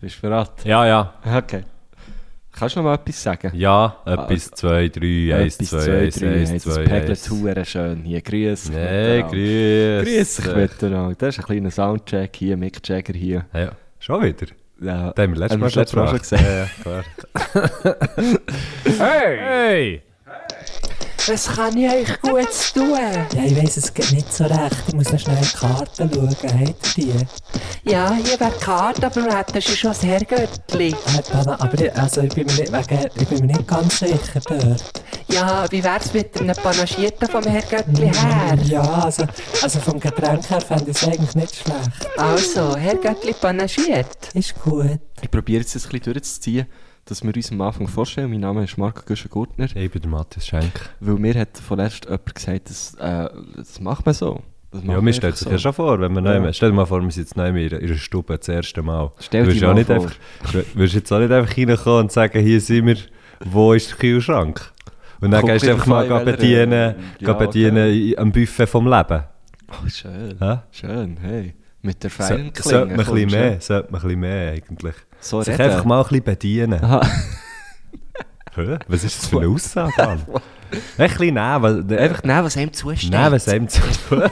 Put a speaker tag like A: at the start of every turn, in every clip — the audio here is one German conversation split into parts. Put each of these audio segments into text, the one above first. A: Bist du verraten?
B: Ja, ja.
A: Okay. Kannst du noch mal etwas sagen?
B: Ja,
A: Ah,
B: etwas, zwei, drei, eins,
A: Etwas,
B: zwei, eins,
A: äh, drei,
B: eins,
A: eins.
B: zwei,
A: Das
B: eins.
A: pegelt verdammt schön hier. Grüß dich
B: Nee,
A: miteinander.
B: grüß.
A: genau. Grüß dich
B: dich.
A: miteinander. Das ist ein kleiner Soundcheck hier, Mick Jagger hier.
B: Ja, schon wieder?
A: Ja,
B: Das haben wir
A: haben
B: letztes
A: wir
B: Mal schon
A: letztes Mal schon
B: gemacht. Äh.
A: gesagt.
B: Ja, ja, klar. hey! Hey!
C: Was kann ich euch Gutes tun?
D: Ja, ich weiss, es geht nicht so recht. Ich muss noch schnell in die Karten schauen. Hat er die?
C: Ja, hier wäre die Karte, aber das ist schon das Herrgöttli.
D: Hat er, aber ich, also ich, bin mir nicht, wegen, ich bin mir nicht ganz sicher dort.
C: Ja, wie wär's mit einem Panagierten vom Herrgöttli her?
D: Ja, also, also vom Getränk her fände ich es eigentlich nicht schlecht.
C: Also, Herrgöttli panagiert.
D: Ist gut.
A: Ich probiere jetzt das ein bisschen durchzuziehen, dass wir uns am Anfang vorstellen. Mein Name ist Marco Güschen-Gurtner.
B: Ich bin der Matthias Schenk.
A: Weil mir hat vorletzt jemand gesagt, das, äh, das macht man so. Das
B: Ja,
A: macht
B: mir
A: man
B: stellt
A: einfach
B: sich
A: so.
B: ja schon vor, wenn wir
A: Ja.
B: ja. Stell dir mal vor, wir sind jetzt neu in ihrer- ihrer Stube das erste Mal.
A: Stell
B: Du
A: dir
B: wirst ja
A: mal
B: nicht
A: vor.
B: Einfach, du wirst jetzt auch nicht einfach reinkommen und sagen, hier sind wir, wo ist der Kühlschrank? Und dann
A: Guck
B: gehst du
A: dir
B: einfach
A: die
B: mal
A: Frage,
B: gehen
A: welcher-
B: bedienen,
A: Ja,
B: gehen bedienen in- am Buffet vom Leben.
A: Oh, schön.
B: Hä?
A: Schön, hey. Mit der
B: So-
A: feinen Klinge.
B: Sollte man ein bisschen
A: kommst du.
B: mehr, sollte man ein bisschen mehr eigentlich.
A: So
B: Sich
A: reden.
B: einfach mal ein bisschen bedienen.
A: Aha.
B: Hä? Was ist das für eine Aussage, Mann? ein bisschen nehmen, weil,
A: Einfach nehmen, was einem zusteht.
B: nehmen, was einem zu tun.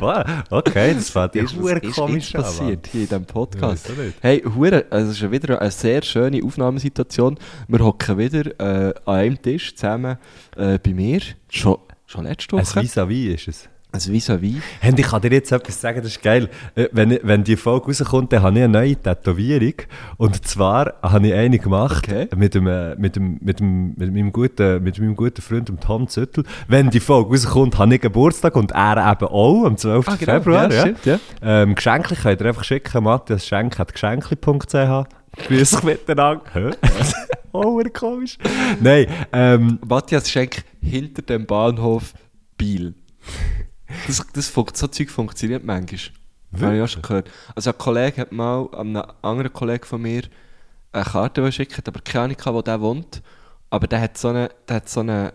B: Wow, okay, das fand ich sehr
A: ist
B: komisch an,
A: jetzt
B: Mann.
A: passiert hier in diesem Podcast.
B: Ich weiß auch nicht.
A: hey, hure, also es ist ja wieder eine sehr schöne Aufnahmesituation. Wir hocken wieder äh, an einem Tisch zusammen äh, bei mir. Schon, schon letzte
B: Ein
A: Woche.
B: Vis-à-vis ist es.
A: Ein vis-à-vis.
B: Hey, und ich kann dir jetzt etwas sagen, das ist geil. Äh, Wenn, wenn die Folge rauskommt, dann habe ich eine neue Tätowierung. Und zwar habe ich eine gemacht
A: Okay.
B: mit, dem, äh, mit, dem, mit, dem, mit, meinem guten, mit meinem guten Freund dem Tom Züttel. Wenn die Folge rauskommt, habe ich Geburtstag und er eben auch am 12.
A: Ah, genau.
B: Februar.
A: Ja,
B: Ja,
A: stimmt, ja.
B: Ähm, Geschenke könnt ihr einfach schicken, Matthias Schenk hat geschenkli.ch. Grüß dich miteinander. Hä? oh, wie komisch. Nein, ähm,
A: Matthias Schenk hinter dem Bahnhof Biel. Das, das funkt, so Zeug funktioniert manchmal. Das habe ich auch schon gehört. Also ein Kollege hat mal einem anderen Kollegen von mir eine Karte geschickt, aber keine Ahnung, hatte, wo der wohnt. Aber der hat so eine, der hat so eine,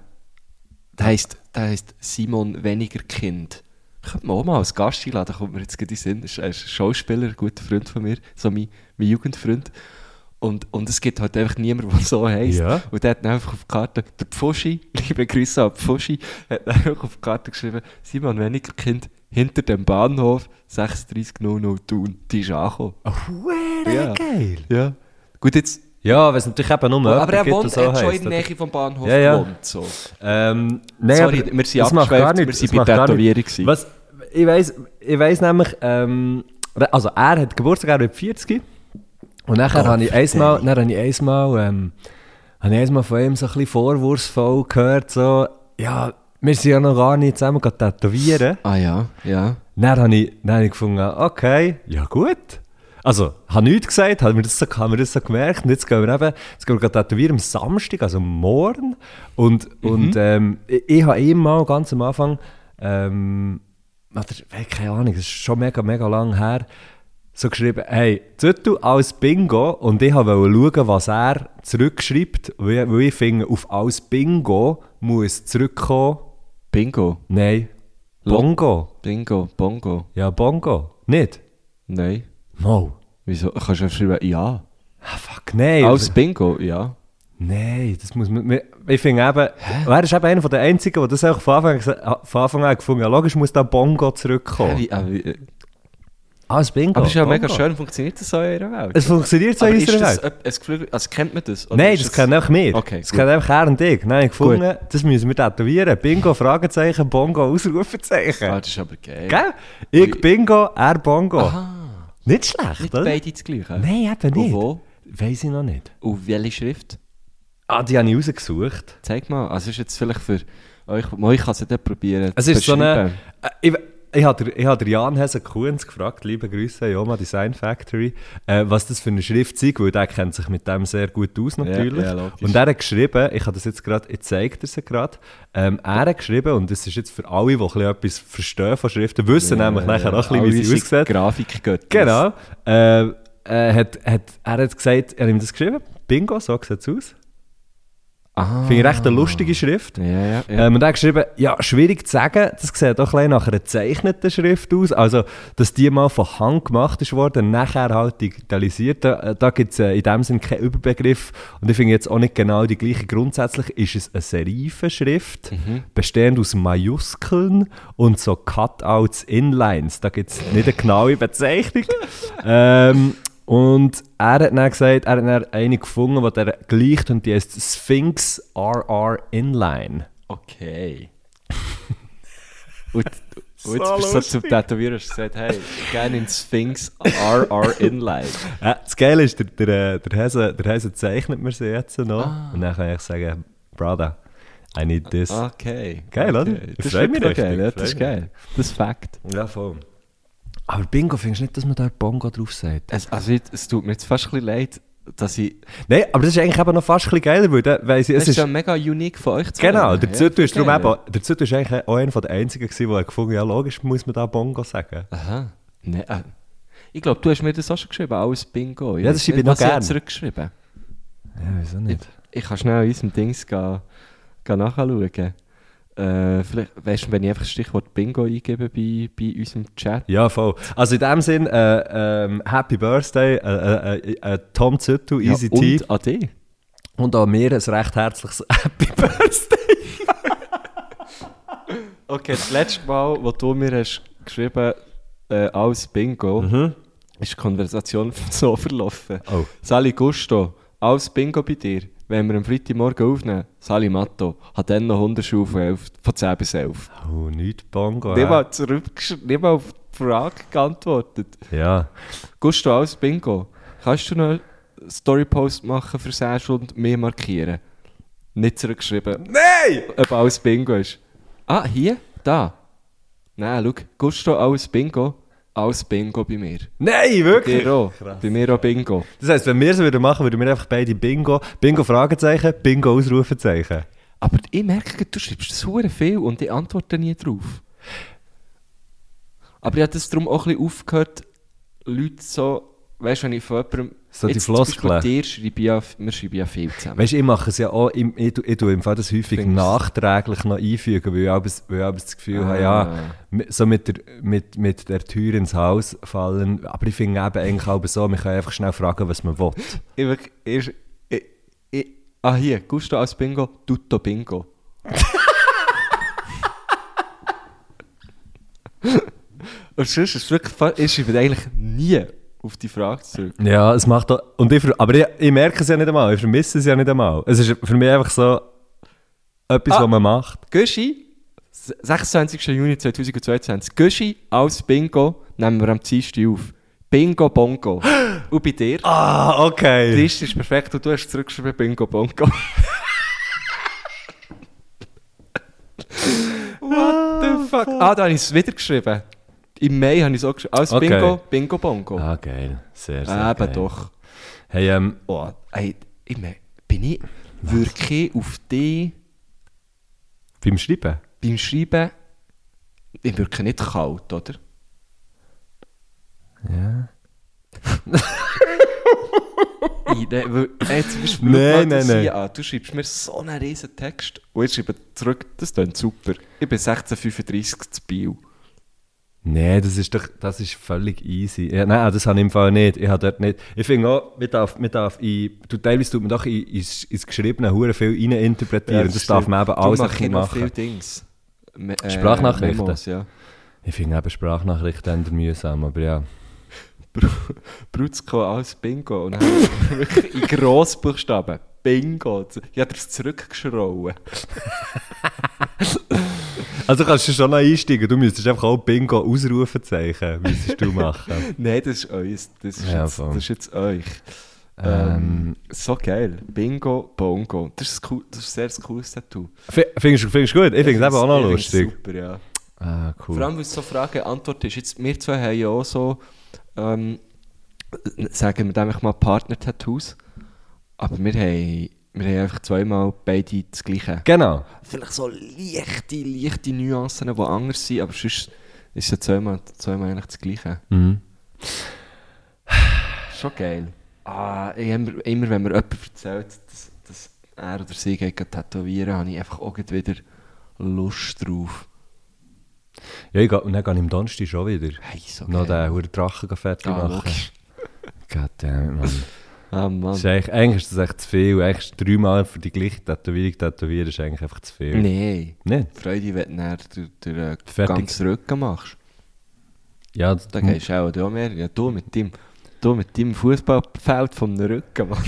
A: der heisst, der heisst Simon Weniger Kind. Könnte man auch mal als Gast einladen, kommt mir jetzt gerade in den Sinn. Er ist er ist ein Schauspieler, ein guter Freund von mir, so mein, mein Jugendfreund. Und, und es gibt halt einfach niemanden, der so heisst.
B: Ja.
A: Und der hat dann einfach auf die Karte, der Pfuschi, liebe Grüße an Pfuschi, hat dann einfach auf die Karte geschrieben, Simon Weniger Kind, hinter dem Bahnhof 36000 Thun, die ist angekommen.
B: Ah. hure
A: Ja.
B: geil.
A: Ja. Gut, jetzt,
B: Ja, weil es natürlich eben nur
A: aber er wohnt,
B: der
A: er hat schon
B: heisst,
A: in der Nähe vom Bahnhof
B: Ja, ja.
A: gewohnt. So.
B: Ähm, nein,
A: Sorry,
B: aber
A: wir sind
B: das macht
A: abgeschweift,
B: gar nichts,
A: wir sind
B: das
A: bei
B: macht gar
A: Tätowierung
B: nichts.
A: gewesen.
B: Was, ich weiss, ich weiss nämlich, ähm, also er hat Geburtstag, er wird 40. Und nachher habe ich einmal, dann habe ich einmal, ähm, habe ich einmal von ihm so ein bisschen vorwurfsvoll gehört, so, ja, wir sind ja noch gar nicht zusammen gegangen tätowieren.
A: Ah ja, ja.
B: Dann habe ich, dann habe ich gefunden, okay, ja gut. Also, habe nichts gesagt, haben wir das so, haben wir das so gemerkt. Und jetzt gehen wir eben, jetzt gehen wir gerade tätowieren am Samstag, also morgen. Und, und ähm, ich, ich habe ihm mal ganz am Anfang, ähm, oder, äh, keine Ahnung, das ist schon mega, mega lang her, so geschrieben, hey, Züttu als Bingo. Und ich wollte schauen, was er zurückschreibt, weil, weil ich finde, auf als Bingo muss zurückkommen,
A: Bingo,
B: nein,
A: Lo-
B: Bongo.
A: Bingo, Bongo.
B: Ja, Bongo. Nicht?
A: Nein.
B: No.
A: Wieso? Kannst du einfach schreiben, ja.
B: Ah, fuck, nein.
A: Als Bingo, ja.
B: Nein, das muss man... mir- Ich finde eben... Er ist eben einer der Einzigen, der das auch von Anfang, gesa- von Anfang an gefunden hat. Logisch muss da Bongo
A: Hä,
B: zurückkommen.
A: wie- ah, wie-
B: Als Ah, Bingo.
A: Aber es ist ja
B: Bongo.
A: mega schön, funktioniert das so in ihrer Welt.
B: Es funktioniert so
A: Aber
B: in
A: ist
B: unserer
A: das
B: Welt.
A: ein- ein Gefühl, also kennt man das? Oder
B: Nein,
A: ist
B: das kennen auch wir.
A: Okay,
B: das
A: gut.
B: kennen auch er und ich. Dann habe ich
A: Gut.
B: gefunden, das müssen wir tätowieren. Bingo, Fragezeichen, Bongo, Ausrufezeichen.
A: Ah, das ist aber geil.
B: Gell? Ich Bingo, er Bongo. Nicht schlecht,
A: Nicht
B: oder?
A: beide das Gleiche?
B: Nein, eben
A: Und
B: nicht.
A: wo?
B: Weiß ich noch nicht.
A: Auf welche Schrift?
B: Ah, die habe ich rausgesucht.
A: Zeig mal. Also ist jetzt vielleicht für euch... Moi, ich kann es ja dann probieren
B: Es
A: zu
B: ist so eine.
A: beschreiben.
B: Äh, Ich, ich habe ich hab den Jan Hesen-Kuhns gefragt, liebe Grüße, Joma Design Factory, äh, was das für eine Schrift sei, weil der kennt sich mit dem sehr gut aus natürlich.
A: ja, logisch.
B: und er hat geschrieben, ich habe das jetzt gerade, ich zeige dir sie gerade, ähm, er hat geschrieben, und das ist jetzt für alle, die ein bisschen etwas verstehen von Schriften, wissen nämlich nachher auch ein bisschen, wie sie aussieht.
A: Grafikgötter.
B: Genau. Äh, äh, hat, hat, er hat gesagt, er hat ihm das geschrieben, Bingo, so sieht es aus.
A: Ah.
B: Finde ich recht eine lustige Schrift.
A: Ja, ja, ja.
B: Ähm, und er hat geschrieben, ja, schwierig zu sagen, das sieht doch ein bisschen nach einer gezeichneten Schrift aus. Also, dass die mal von Hand gemacht ist worden, nachher halt digitalisiert, da, da gibt es äh, in dem Sinne keinen Überbegriff. Und ich finde jetzt auch nicht genau die gleiche. Grundsätzlich ist es eine Serifenschrift, bestehend aus Majuskeln und so Cutouts, Inlines. Da gibt es nicht eine genaue Bezeichnung. ähm, und er hat dann gesagt, er hat dann eine gefunden, die er gleicht und die heißt Sphinx RR Inline.
A: Okay. und, und jetzt
B: So
A: bist du so
B: lustig.
A: zum Tätowieren hast du gesagt, hey, gerne in Sphinx RR Inline.
B: Äh, das Geile ist, der, der, äh, der, Hase, der Hase zeichnet mir sie jetzt noch.
A: Ah.
B: Und dann kann ich sagen, Brother, I need this.
A: Okay.
B: Geil, oder?
A: Okay.
B: Ich
A: Das ist
B: freu mich
A: wirklich
B: richtig,
A: geil, ja,
B: ich freu
A: das ist
B: mich.
A: geil. Das ist Fakt.
B: Ja, voll. Aber Bingo, findest du nicht, dass man da Bongo drauf sagt?
A: Es, also, jetzt- es tut mir jetzt fast ein bisschen leid, dass ich...
B: Nein, aber das ist eigentlich eben noch fast ein bisschen geiler, weil, dann weiss ich,
A: Das
B: es
A: ist
B: ist...
A: ja mega unique von euch zu
B: Genau,
A: hören.
B: der
A: Ja,
B: Zütu ist
A: geil,
B: drum eben,
A: ja.
B: der Zütu ist eigentlich auch einer der Einzigen gewesen, der gefunden hat, ja logisch muss man da Bongo sagen.
A: Aha. Nee, äh. Ich glaube, du hast mir das auch schon geschrieben, alles Bingo.
B: Ja, das
A: weiß
B: schreibe
A: nicht,
B: ich noch
A: was habe
B: gern.
A: zurückgeschrieben.
B: Ja, wieso nicht?
A: Ich kann schnell in unserem Dings gehen, gehen nachschauen. Äh, vielleicht, weißt du, wenn ich einfach das Stichwort Bingo eingebe bei, bei unserem Chat.
B: Ja, voll. Also in dem Sinn, äh, ähm, Happy Birthday, äh, äh, äh, Tom Zütu, Easy
A: ja,
B: T.
A: Und an dich.
B: Und auch mir ein recht herzliches Happy Birthday.
A: Okay, das letzte Mal, wo du mir hast geschrieben äh, alles Bingo, ist die Konversation so verlaufen.
B: Oh.
A: Sali Gusto, alles Bingo bei dir. Wenn wir am Freitagmorgen aufnehmen, Sali Matto, hat dann noch 100 Schuhe von, 11, von 10 bis 11.
B: Oh, nicht Bongo.
A: Nicht
B: Ja.
A: mal zurückgeschrieben, nicht mal auf die Frage geantwortet.
B: ja.
A: Gusto, alles Bingo. Kannst du noch einen Storypost machen für 10 Stunden mehr markieren? Nicht zurückgeschrieben.
B: Nein!
A: ob alles Bingo ist. Ah, hier? Da. Nein, schau, Gusto, alles Bingo. Alles Bingo bei mir.
B: Nein,
A: Bei
B: wirklich!
A: dir auch. Bei mir auch Bingo.
B: Das heisst, wenn wir es würden machen, würden wir einfach beide Bingo, Bingo Fragezeichen, Bingo Ausrufezeichen.
A: Aber ich merke, du schreibst das hure viel und ich antworte nie drauf. Aber ich habe das darum auch ein bisschen aufgehört, Leute so, weißt du, wenn ich von jemandem...
B: So die
A: Jetzt zum Beispiel
B: Floskeln.
A: dir schreibe ich ja, wir schreiben ja viel zusammen.
B: Weißt du, ich mache es ja auch, ich, ich, tu- ich tue im Fall das häufig
A: Findest du?
B: nachträglich noch einfügen, weil ich auch das, weil ich auch das Gefühl habe, ja,
A: Ah.
B: mi- so mit der, mit, mit der Tür ins Haus fallen. Aber ich finde eben eigentlich auch so, man kann einfach schnell fragen, was man will.
A: Ich wirklich, ich, ich, ich, ah hier, Gusto als Bingo, tutto Bingo. Und sonst ist es wirklich, fa- ich schreibe eigentlich nie auf die Frage zurück.
B: Ja, es macht auch, und ich, ver- aber ich, ich merke es ja nicht einmal, ich vermisse es ja nicht einmal. Es ist für mich einfach so etwas,
A: Ah.
B: was man macht.
A: Göschi, s- 26. Juni 2022, Göschi als Bingo nehmen wir am Dienstag auf. Bingo Bongo. Und bei dir,
B: Ah,
A: die
B: okay.
A: Liste ist perfekt und du hast zurückgeschrieben Bingo Bongo. What the fuck? Ah, da habe ich es wieder geschrieben. Im Mai habe ich es auch geschrieben. Als
B: Okay.
A: Bingo, Bingo Bongo.
B: Ah, geil. Sehr, sehr
A: Ah, Eben
B: geil.
A: doch.
B: Hey, ähm,
A: Oh, ey, ich mein, bin ich wirklich auf dich
B: beim Schreiben?
A: beim Schreiben, ich wirke nicht kalt, oder?
B: Ja.
A: Ich, ne, weil, ey, zum Beispiel,
B: Nein,
A: schau mal das
B: nein,
A: hier
B: nein.
A: An. Ah, Du schreibst mir so einen riesen Text und ich schreibe zurück, das klingt super. Ich bin 1635 zu Biel.
B: Nee, das ist doch, das ist völlig easy. Ja, nein, das habe ich im Fall nicht. Ich habe dort nicht. Ich finde auch, man darf, man darf in, du, teilweise tut man doch in, ins, ins Geschriebene hure viel reininterpretieren. das das darf man eben alles
A: Du
B: ein
A: mach ich
B: bisschen
A: noch viele
B: machen.
A: Dings. Me- äh,
B: Sprachnachrichten.
A: Memos, ja.
B: Ich finde eben Sprachnachrichten eher mühsam, aber ja.
A: Brutzko als Bingo. Und dann wirklich in Grossbuchstaben. Bingo. Ich habe das zurückgeschrauen.
B: Also kannst du schon noch einsteigen. Du müsstest einfach auch Bingo Ausrufezeichen müsstest du machen.
A: Nein, das ist euch. Das ist,
B: Ja,
A: jetzt,
B: voll.
A: das ist jetzt euch. Ähm, so geil. Bingo, Bongo. Das ist, ein cool, das ist ein sehr cooles Tattoo.
B: F- Findest du findest du gut? Ich finde es eben auch noch
A: Ich find's
B: lustig.
A: Super, ja.
B: Ah, cool.
A: Vor allem, weil es so Frage, Antwort ist. Jetzt, wir zwei haben ja auch so, ähm, sagen wir einfach mal Partner-Tattoos. Aber wir haben, wir haben einfach zweimal beide das Gleiche.
B: genau.
A: Vielleicht so leichte, leichte Nuancen, die anders sind, aber sonst ist ja zweimal, zweimal eigentlich das Gleiche.
B: Mhm.
A: Schon geil. Ah, ich, immer, immer wenn mir jemand erzählt, dass, dass, er oder sie geht gleich tätowieren, habe ich einfach auch gleich wieder Lust drauf.
B: Ja, ich gehe, und dann gehe ich am Donnerstag schon wieder.
A: Hey, so
B: Noch
A: geil.
B: den Huren Drachen fertig
A: Ah,
B: machen.
A: logisch.
B: Goddammit, Mann.
A: Ah,
B: Das ist
A: Mann.
B: eigentlich, eigentlich ist das echt zu viel. Eigentlich ist dreimal für die gleiche Tätowierung tätowieren ist eigentlich einfach zu viel.
A: Nein.
B: Nein.
A: Freude, wenn du den, den, den
B: Fertig.
A: ganzen Rücken machst.
B: Ja, hm. das,
A: Da gehst du auch da mehr. Ja, du mit deinem, du mit deinem Fußballfeld vom Rücken, Mann.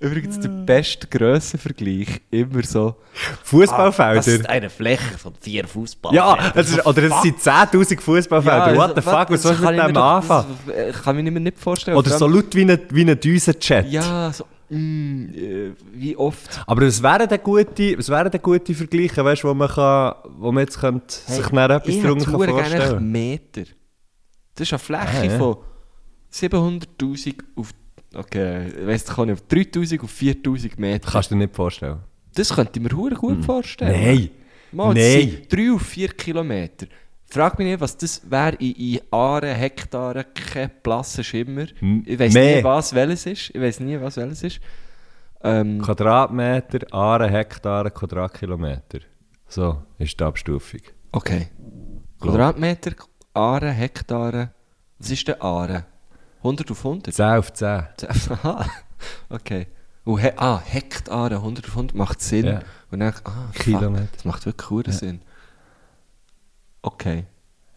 A: Übrigens der beste Grössenvergleich immer so. Das
B: Fußballfelder.
A: ist eine Fläche von vier Fußballfeldern.
B: ja, es ist, oder es sind 10.000 Fußballfelder. What
A: also,
B: the fuck, was soll ich mit dem anfangen?
A: Ich äh, kann mich nicht mehr nicht vorstellen.
B: Oder
A: Vor
B: so
A: allem-
B: laut wie ein, wie ein Düsenchat.
A: Ja, so. mm, äh, wie oft?
B: Aber es wären dann gute, es wären dann gute Vergleiche, weißt, wo man kann, wo man jetzt könnte, sich dann etwas
A: ich
B: darunter
A: hätte verdammt gerne
B: vorstellen kann.
A: Meter. Das ist eine Fläche
B: Ah, ja.
A: von 700'000 auf... Okay, ich weiss ich nicht, auf 3'000 auf 4'000 Meter.
B: Kannst du dir nicht vorstellen.
A: Das könnte ich mir verdammt gut vorstellen.
B: Hm. Nein!
A: Mal, das
B: Nein.
A: sind 3 auf 4 Kilometer. Frag mich nicht, was das wäre in, in Aaren, Hektaren, kein blasser Schimmer.
B: M-
A: Ich weiss
B: mehr.
A: nie, was welches ist. Ich weiss nie, was welches ist. Ähm,
B: Quadratmeter, Aare, Hektare, Quadratkilometer. So ist die Abstufung.
A: okay. Quadratmeter, Aaren, Hektaren. Was ist denn Aaren? 100 auf 100?
B: 10 auf 10.
A: Aha. Okay. Und Ah, he ah, Hektaren, 100 auf 100 macht Sinn.
B: Ja.
A: Und dann, ah, fuck,
B: Kilometer.
A: Das macht wirklich guten Sinn. Okay.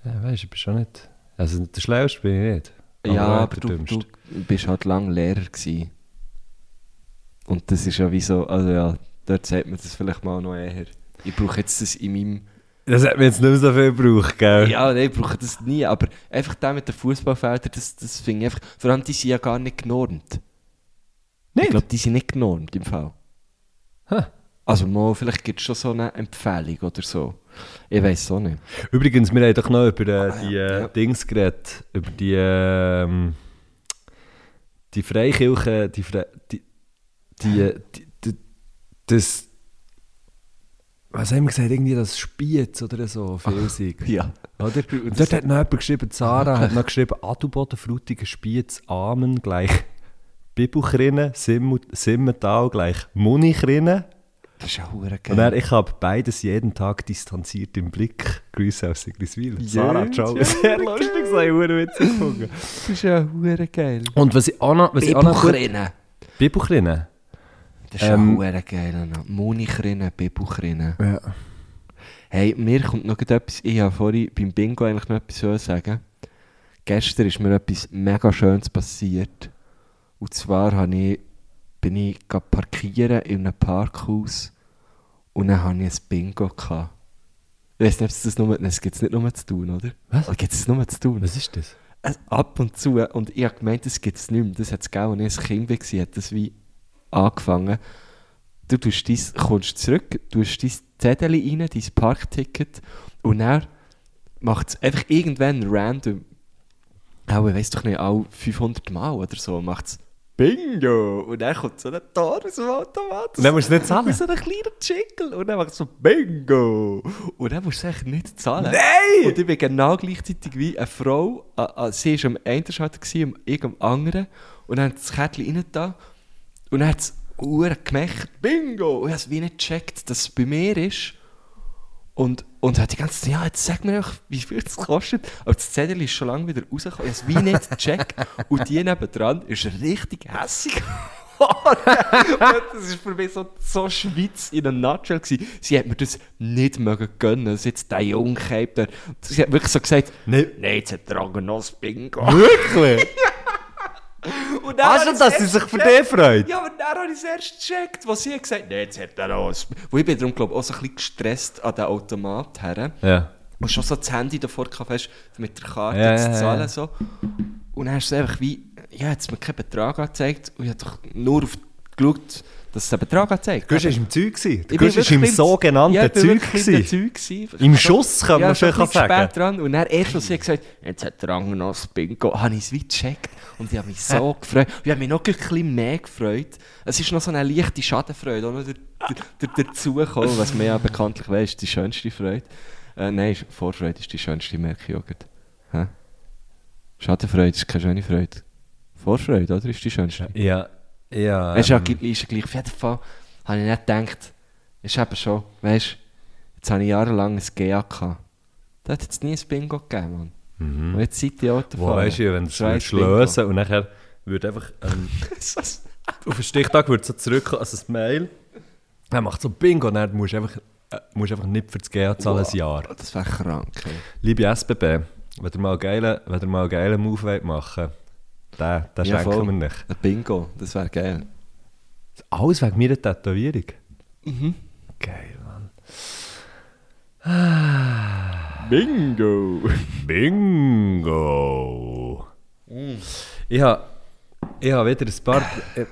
B: Ja, weißt du, bist schon nicht. Also der Schlauste bin ich nicht.
A: ja,
B: auch
A: aber
B: der
A: du,
B: Dümmste.
A: du bist halt lange Lehrer gewesen. Und das ist ja wie so, also ja, dort sagt man das vielleicht mal noch eher. Ich brauche jetzt das in meinem...
B: Das hat mir jetzt nicht mehr so viel gebraucht, gell?
A: Ja, nein, ich brauche das nie, aber einfach der mit den Fußballfeldern, das, das finde ich einfach... Vor allem, die sind ja gar nicht genormt. Ich
B: Nicht?
A: glaube, die sind nicht genormt im Fall.
B: Ha.
A: Also mal, vielleicht gibt es schon so eine Empfehlung oder so. Ich weiß auch nicht.
B: Übrigens, wir haben doch noch über äh, die äh,
A: Ah, ja.
B: Dings geredet. Über die. ähm, die Freikirche. Die. Fre die, die, äh, die, die das. Was haben wir gesagt? Irgendwie das Spiez oder so. Vielsig.
A: Ja.
B: Oder? Und dort hat noch jemand geschrieben, Zara hat noch geschrieben, Adelboden, Frutigen, Spiez, Amen gleich Bibelchrinnen, Simmu- Simmental gleich Munichrinnen.
A: Das ist ja hure
B: Und
A: geil.
B: er, ich habe beides jeden Tag distanziert im Blick. Grüße aus Sigriswil. Sarah, ciao.
A: ja,
B: Sehr lustig, das habe ich hure witzig gefunden.
A: Das ist ja hure geil. Also
B: Und was ich auch noch... Was ich auch noch gut-
A: Bibuchrinnen.
B: Bibelchrinnen.
A: Das ist ja
B: Ähm.
A: hure geil. Munichrinnen, Bibuchrinnen.
B: Ja.
A: Hey, mir kommt noch grad etwas, ich habe vorhin beim Bingo eigentlich noch etwas zu sagen. Gestern ist mir etwas mega Schönes passiert. Und zwar habe ich, bin ich grad parkieren in einem Parkhaus und dann habe ich ein Bingo gehabt. Ich weiß nicht, ob es das nur, es gibt es nicht nur zu tun, oder?
B: Was?
A: Oder gibt es nur zu tun?
B: Was ist das?
A: Also, ab und zu, und ich habe gemeint, das gibt es nicht mehr. Das hat es gegeben, als ich ein Kind war, hat das wie angefangen. Du tust dein, kommst zurück, tust dein Zettel rein, dein Parkticket, und dann macht es einfach irgendwann random, auch, ich weiss doch nicht, auch 500 Mal oder so, macht es Bingo! Und dann kommt so ein Tor aus dem Automat.
B: Dann musst du nicht zahlen.
A: Mit so einem kleinen Jingle. Und dann macht es so Bingo! Und dann musst du echt nicht zahlen.
B: Nein!
A: Und ich bin genau gleichzeitig wie eine Frau. Ah, ah, Sie war am einen Schalter, gewesen, ich am anderen. Und dann hat das Kärtchen rein da. Und dann hat es Uhren gemacht. Bingo! Und ich habe es wie nicht gecheckt, dass es bei mir ist. Und, und hat die ganze Zeit, ja, jetzt sag mir doch, wie viel es kostet. Aber das Zettel ist schon lange wieder rausgekommen. Ich habe es wie nicht gecheckt. Und die nebendran ist richtig hässig geworden. Und das war für mich so, so Schweiz in einer Nutshell. Gewesen. Sie hat mir das nicht mögen gönnen, dass jetzt der Jungkeib der... Sie hat wirklich so gesagt,
B: Nein.
A: nein, jetzt hat der Anger noch das Bingo.
B: Ne, Wirklich?
A: Und dann
B: Hast
A: habe
B: du,
A: ich
B: dass
A: es
B: sie
A: erst
B: sich für
A: gecheckt.
B: dich freut?
A: Ja, aber dann habe ich es erst gecheckt, was sie hat gesagt hat. Nein, jetzt hat er noch ein... Wo ich bin darum, glaube ich, auch so ein bisschen gestresst an den Automat her.
B: Ja.
A: Und schon so das Handy davor gehabt hast, mit der Karte
B: Ja, ja,
A: zu
B: ja.
A: zahlen. So. Und dann hast du einfach wie, ja, jetzt mir keinen Betrag angezeigt und ich habe doch nur auf, geschaut, dass es einen Betrag anzeigt.
B: Gusch war
A: Aber
B: im Zeug. gewesen. Der
A: ich bin
B: Gusch war
A: wirklich
B: im sogenannten
A: ja, ich bin
B: Zeug.
A: wirklich im
B: gewesen.
A: Zeug gewesen.
B: Im Schuss, kann man
A: ja, schon
B: schon
A: ein bisschen
B: sagen.
A: spät dran. Und dann erst, als sie gesagt hat, jetzt hat der Anger noch das Bingo, Ah, habe ich es wie gecheckt. Und ich habe mich so gefreut. Ich habe mich noch ein bisschen mehr gefreut. Es ist noch so eine leichte Schadenfreude, oder? Der, der, der Dazukommen, was mir ja bekanntlich weiss, ist die schönste Freude. Äh, nein, ist- Vorfreude ist die schönste, merke ich auch gerade. Hä? Schadenfreude ist keine schöne Freude. Vorfreude, oder? Ist die schönste.
B: Ja, ja.
A: Ist ja
B: ähm,
A: gl- ist ja gleich. Auf jeden Fall habe ich nicht gedacht, ist eben schon, weißt du, jetzt habe ich jahrelang ein GA gehabt. Da hat es nie ein Bingo gegeben, Mann. Und jetzt seid ihr Auto
B: Mhm. Wo weißt du, wenn du es würdest lösen und nachher würde einfach ähm, auf den Stichtag würde es so zurückkommen, also das Mail, dann macht so Bingo, und dann musst du einfach, äh, musst einfach nicht für das GA zahlen, ein Jahr.
A: Oh, Das wäre krank. ey.
B: Liebe SBB, wenn ihr mal einen geilen, wenn ihr mal einen geilen Move wollt machen wollt, den, den
A: Ja, voll.
B: schenken wir nicht.
A: Ein Bingo, das wäre geil.
B: Alles wegen meiner Tätowierung.
A: Mhm.
B: Geil, Mann.
A: Bingo!
B: Bingo! Ich habe ich hab wieder ein paar... äh, Ich,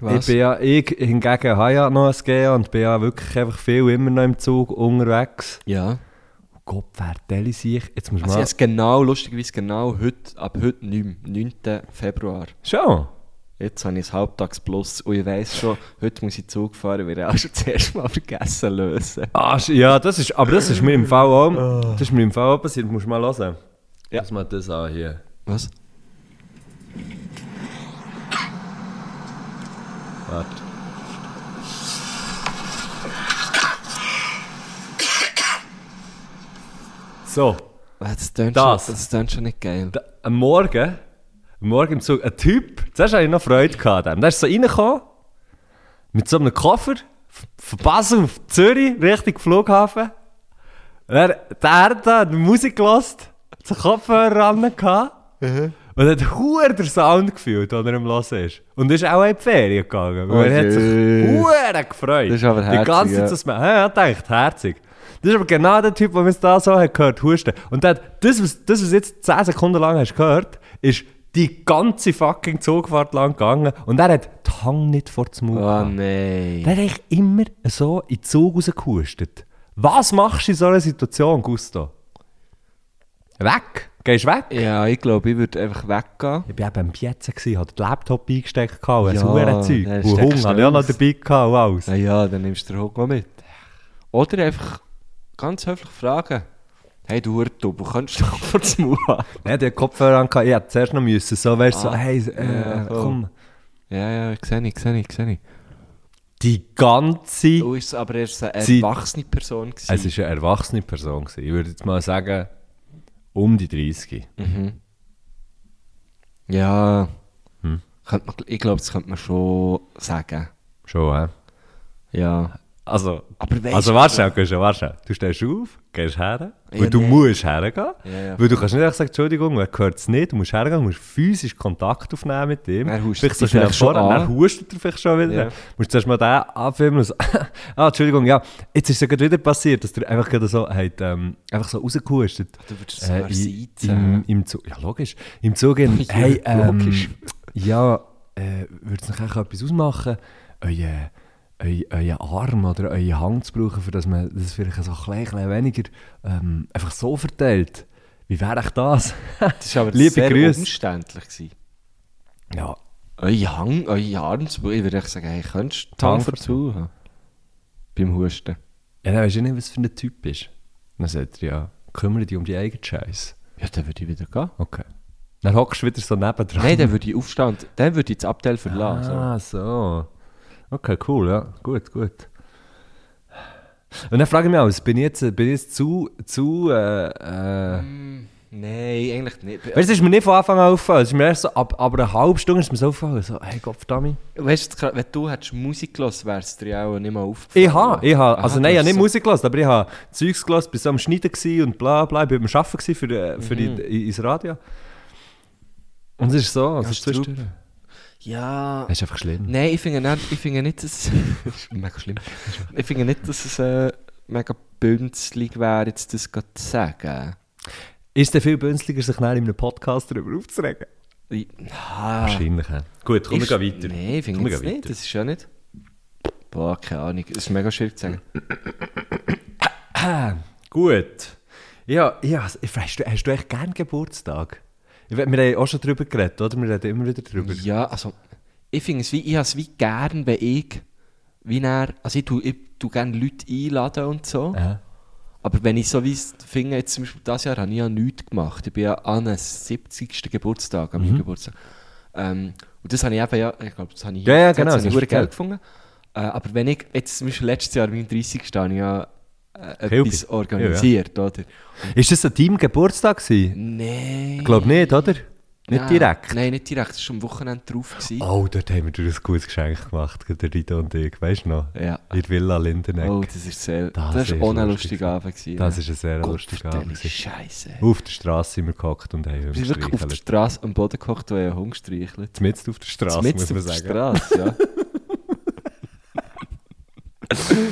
A: Was?
B: bin ja, ich hingegen habe ja noch ein GA und bin ja wirklich einfach viel immer noch im Zug unterwegs.
A: Ja.
B: Gott, wer Deli sich? Jetzt musst du
A: Also
B: mal...
A: jetzt genau, lustigerweise genau heute, ab heute 9, 9. Februar.
B: Schon?
A: Jetzt habe ich ein Halbtagsplus und ich weiss schon, heute muss ich Zug fahren, weil ich auch schon das erste Mal vergessen lösen.
B: Ah, sch- ja, das ist, aber das ist mir im Fall auch, das ist mir im Fall auch passiert, musst du mal hören.
A: Ah. Ja.
B: Lass mal das an hier.
A: Was?
B: Warte. So,
A: Das klingt,
B: Das.
A: Schon, das klingt schon nicht geil.
B: da, am Morgen, am Morgen im Zug, ein Typ, zuerst hatte ich noch Freude gehabt an dem. Der ist so reingekommen, mit so einem Koffer, f- von Basel auf Zürich, Richtung Flughafen. Der, der da hat Musik gehört, hat so Kopfhörer ran gehabt. Und hat huere den Sound gefühlt, den er am Hören ist. Und ist auch in die Ferien gegangen. weil er hat sich
A: Okay.
B: huere gefreut.
A: Das ist aber
B: Die ganze
A: herzig, ja.
B: Zeit, dass man, ja, denkt, herzig. Das ist aber genau der Typ, der mir da so hat gehört husten. Und der hat, das, was, das, was jetzt 10 Sekunden lang hast gehört, ist die ganze fucking Zugfahrt lang gegangen. Und er hat die Hang nicht vor dem Mund
A: Oh
B: gehabt.
A: nein.
B: Der hat eigentlich immer so in den Zug rausgehustet. Was machst du in so einer Situation, Gusto? Weg! Gehst weg?
A: Ja, ich glaube, ich würde einfach weggehen.
B: Ich war eben am Pietzen, gewesen, hatte den Laptop eingesteckt gehabt, und ein
A: Ja,
B: Hurenzeug.
A: dann
B: Und Hunger
A: steckst du
B: hatte ich auch noch
A: aus.
B: dabei gehabt und alles.
A: Na ja, dann nimmst du den Hugo mit. Oder einfach ganz höflich fragen. Hey, du Hurtub, kannst du doch vor das Maul haben?
B: Nein, der Kopfhörer an, ich hätte zuerst noch müssen, so, weißt du, so, hey, äh,
A: Ah. ja, voll.
B: komm.
A: Ja, ja, ich sehe, ich sehe, ich sehe.
B: Die ganze...
A: Du warst aber erst eine
B: Sie-
A: erwachsene Person. Gewesen.
B: Es war eine erwachsene Person. Gewesen. Ich würde jetzt mal sagen, um die 30.
A: ja, Hm. könnte man, ich glaube, das könnte man schon sagen.
B: Schon, hä?
A: Ja.
B: Also,
A: Aber weisst
B: also
A: du-
B: warte schnell, gehst du, warte schnell. Du stehst auf, gehst her, weil
A: Ja,
B: du
A: nee.
B: musst hergehen.
A: Ja, ja.
B: Weil du kannst nicht einfach sagen, Entschuldigung, er gehört es nicht, du musst hergehen, du musst physisch Kontakt aufnehmen mit ihm.
A: Er hustet
B: vielleicht so
A: dich
B: schnell
A: vielleicht schon
B: vorher,
A: an.
B: dann hustet er vielleicht schon wieder.
A: Ja.
B: Du musst zuerst mal den anfilmen und so, ah, Entschuldigung, ja, jetzt ist es ja gerade wieder passiert, dass der einfach gerade so, hat, ähm, einfach so rausgehustet.
A: Du würdest es sogar
B: in-
A: seizen.
B: im, im Zug, ja logisch, im Zug, in,
A: Ja,
B: hey, ähm,
A: logisch.
B: ja, äh, würde es nachher etwas ausmachen, euer eu, euer Arm oder euren Hang zu brauchen, für dass man das vielleicht so klein, klein weniger ähm, einfach so verteilt? Wie wäre ich das?
A: Das war aber
B: Liebe
A: sehr
B: Grüße.
A: umständlich. Gewesen.
B: ja,
A: Euer Hang, euer Arm, zu- ich würde echt sagen, hey, könntest du die
B: Hang
A: Hand
B: verzu-
A: verzu haben? Beim Husten.
B: ja dann weisst du nicht, was für ein Typ ist. Dann sagt er ja, kümmere dich um die eigenen Scheiße.
A: Ja, dann würde ich wieder gehen.
B: Okay. Dann hockst du wieder so nebendran.
A: Nein, dann würde ich aufstehen und dann würde ich das Abteil verlassen.
B: Ah, so. Okay, cool, ja. Gut, gut. Und dann frage ich mich auch, bin ich jetzt, bin ich jetzt zu, zu, äh, äh,
A: Nein, eigentlich nicht.
B: Weißt du, es ist mir nicht von Anfang an aufgefallen. Es ist mir erst so, ab, ab einer halben Stunde ist mir so aufgefallen. So, hey Gott, verdammt.
A: Weißt du, wenn du hättest Musik gehört wäre es dir auch nicht mal aufgefallen.
B: Ich habe, ich habe,
A: Aha,
B: also
A: du
B: nein, ich
A: hast
B: habe nicht
A: so-
B: Musik gehört, aber ich habe Zeugs gehört, bis am Schneiden gsi und bla bla. Ich war beim Arbeiten gsi für, äh, für die, i- ins Radio. Und es ist so, also
A: ist
B: zwischendurch.
A: traurig. Ja.
B: Es ist einfach schlimm.
A: Nein, ich finde nicht, ich finde nicht, dass es. das ist mega schlimm. Ich finde nicht, dass es äh, mega bünzlig wäre, jetzt das gerade zu sagen.
B: Ist es denn viel bünzliger, sich nachher in einem Podcast darüber aufzuregen?
A: Ich- Ah.
B: Wahrscheinlich, ja. Gut, komm,
A: Ist-
B: ich geh weiter.
A: Nein, ich
B: Komm,
A: finde
B: ich
A: es
B: geh
A: nicht.
B: weiter.
A: Das ist ja nicht. Boah, keine Ahnung. Das ist mega schwierig zu sagen.
B: Gut. Ja, ja also, ich- hast, du, hast du echt gern Geburtstag? Ich, we- wir haben auch schon drüber geredet, oder? Wir reden immer wieder drüber.
A: Ja, also ich finde es wie, ich habe es wie gern, wenn ich, wie er, also ich tue, ich tue gerne Leute einladen und so,
B: Aha.
A: aber wenn ich so wie es finde, jetzt zum
B: Mhm.
A: Beispiel dieses Jahr habe ich ja nichts gemacht, ich bin ja an einem 70. Geburtstag, an meinem Geburtstag, Ähm, und das habe ich eben, ja, ich glaube, das habe ich
B: Ja, ja, genau,
A: das
B: das
A: habe ich
B: hast du
A: verdammt geil gefunden. Äh, aber wenn ich, jetzt zum Beispiel letztes Jahr, meinem 30. habe ich ja äh,
B: Hilfe.
A: etwas organisiert, oder?
B: Ist das ein Teamgeburtstag gewesen?
A: Nein.
B: Ich glaube nicht, oder? Nicht
A: Nein,
B: direkt.
A: Nein, nicht direkt, das war am Wochenende drauf. Gewesen.
B: Oh, dort haben wir dir ein gutes Geschenk gemacht, der Rito und ich, weißt du noch?
A: Ja.
B: In der Villa Lindenegg.
A: Oh, das ist sehr,
B: Das
A: das, ist
B: ist
A: auch ein
B: lustig.
A: lustiger Abend gewesen.
B: das
A: ne?
B: ist ein sehr
A: Gott,
B: lustiger
A: verdammte
B: Abend. gewesen.
A: Scheiße.
B: Auf der Straße sind wir gehockt und haben
A: Wir sind wirklich auf der
B: umgestrichelt.
A: Straße am Boden gekocht und haben einen Hund gestreichelt.
B: Zumindest auf der Straße, muss
A: Mitten
B: man
A: auf der
B: sagen.
A: Straße, ja.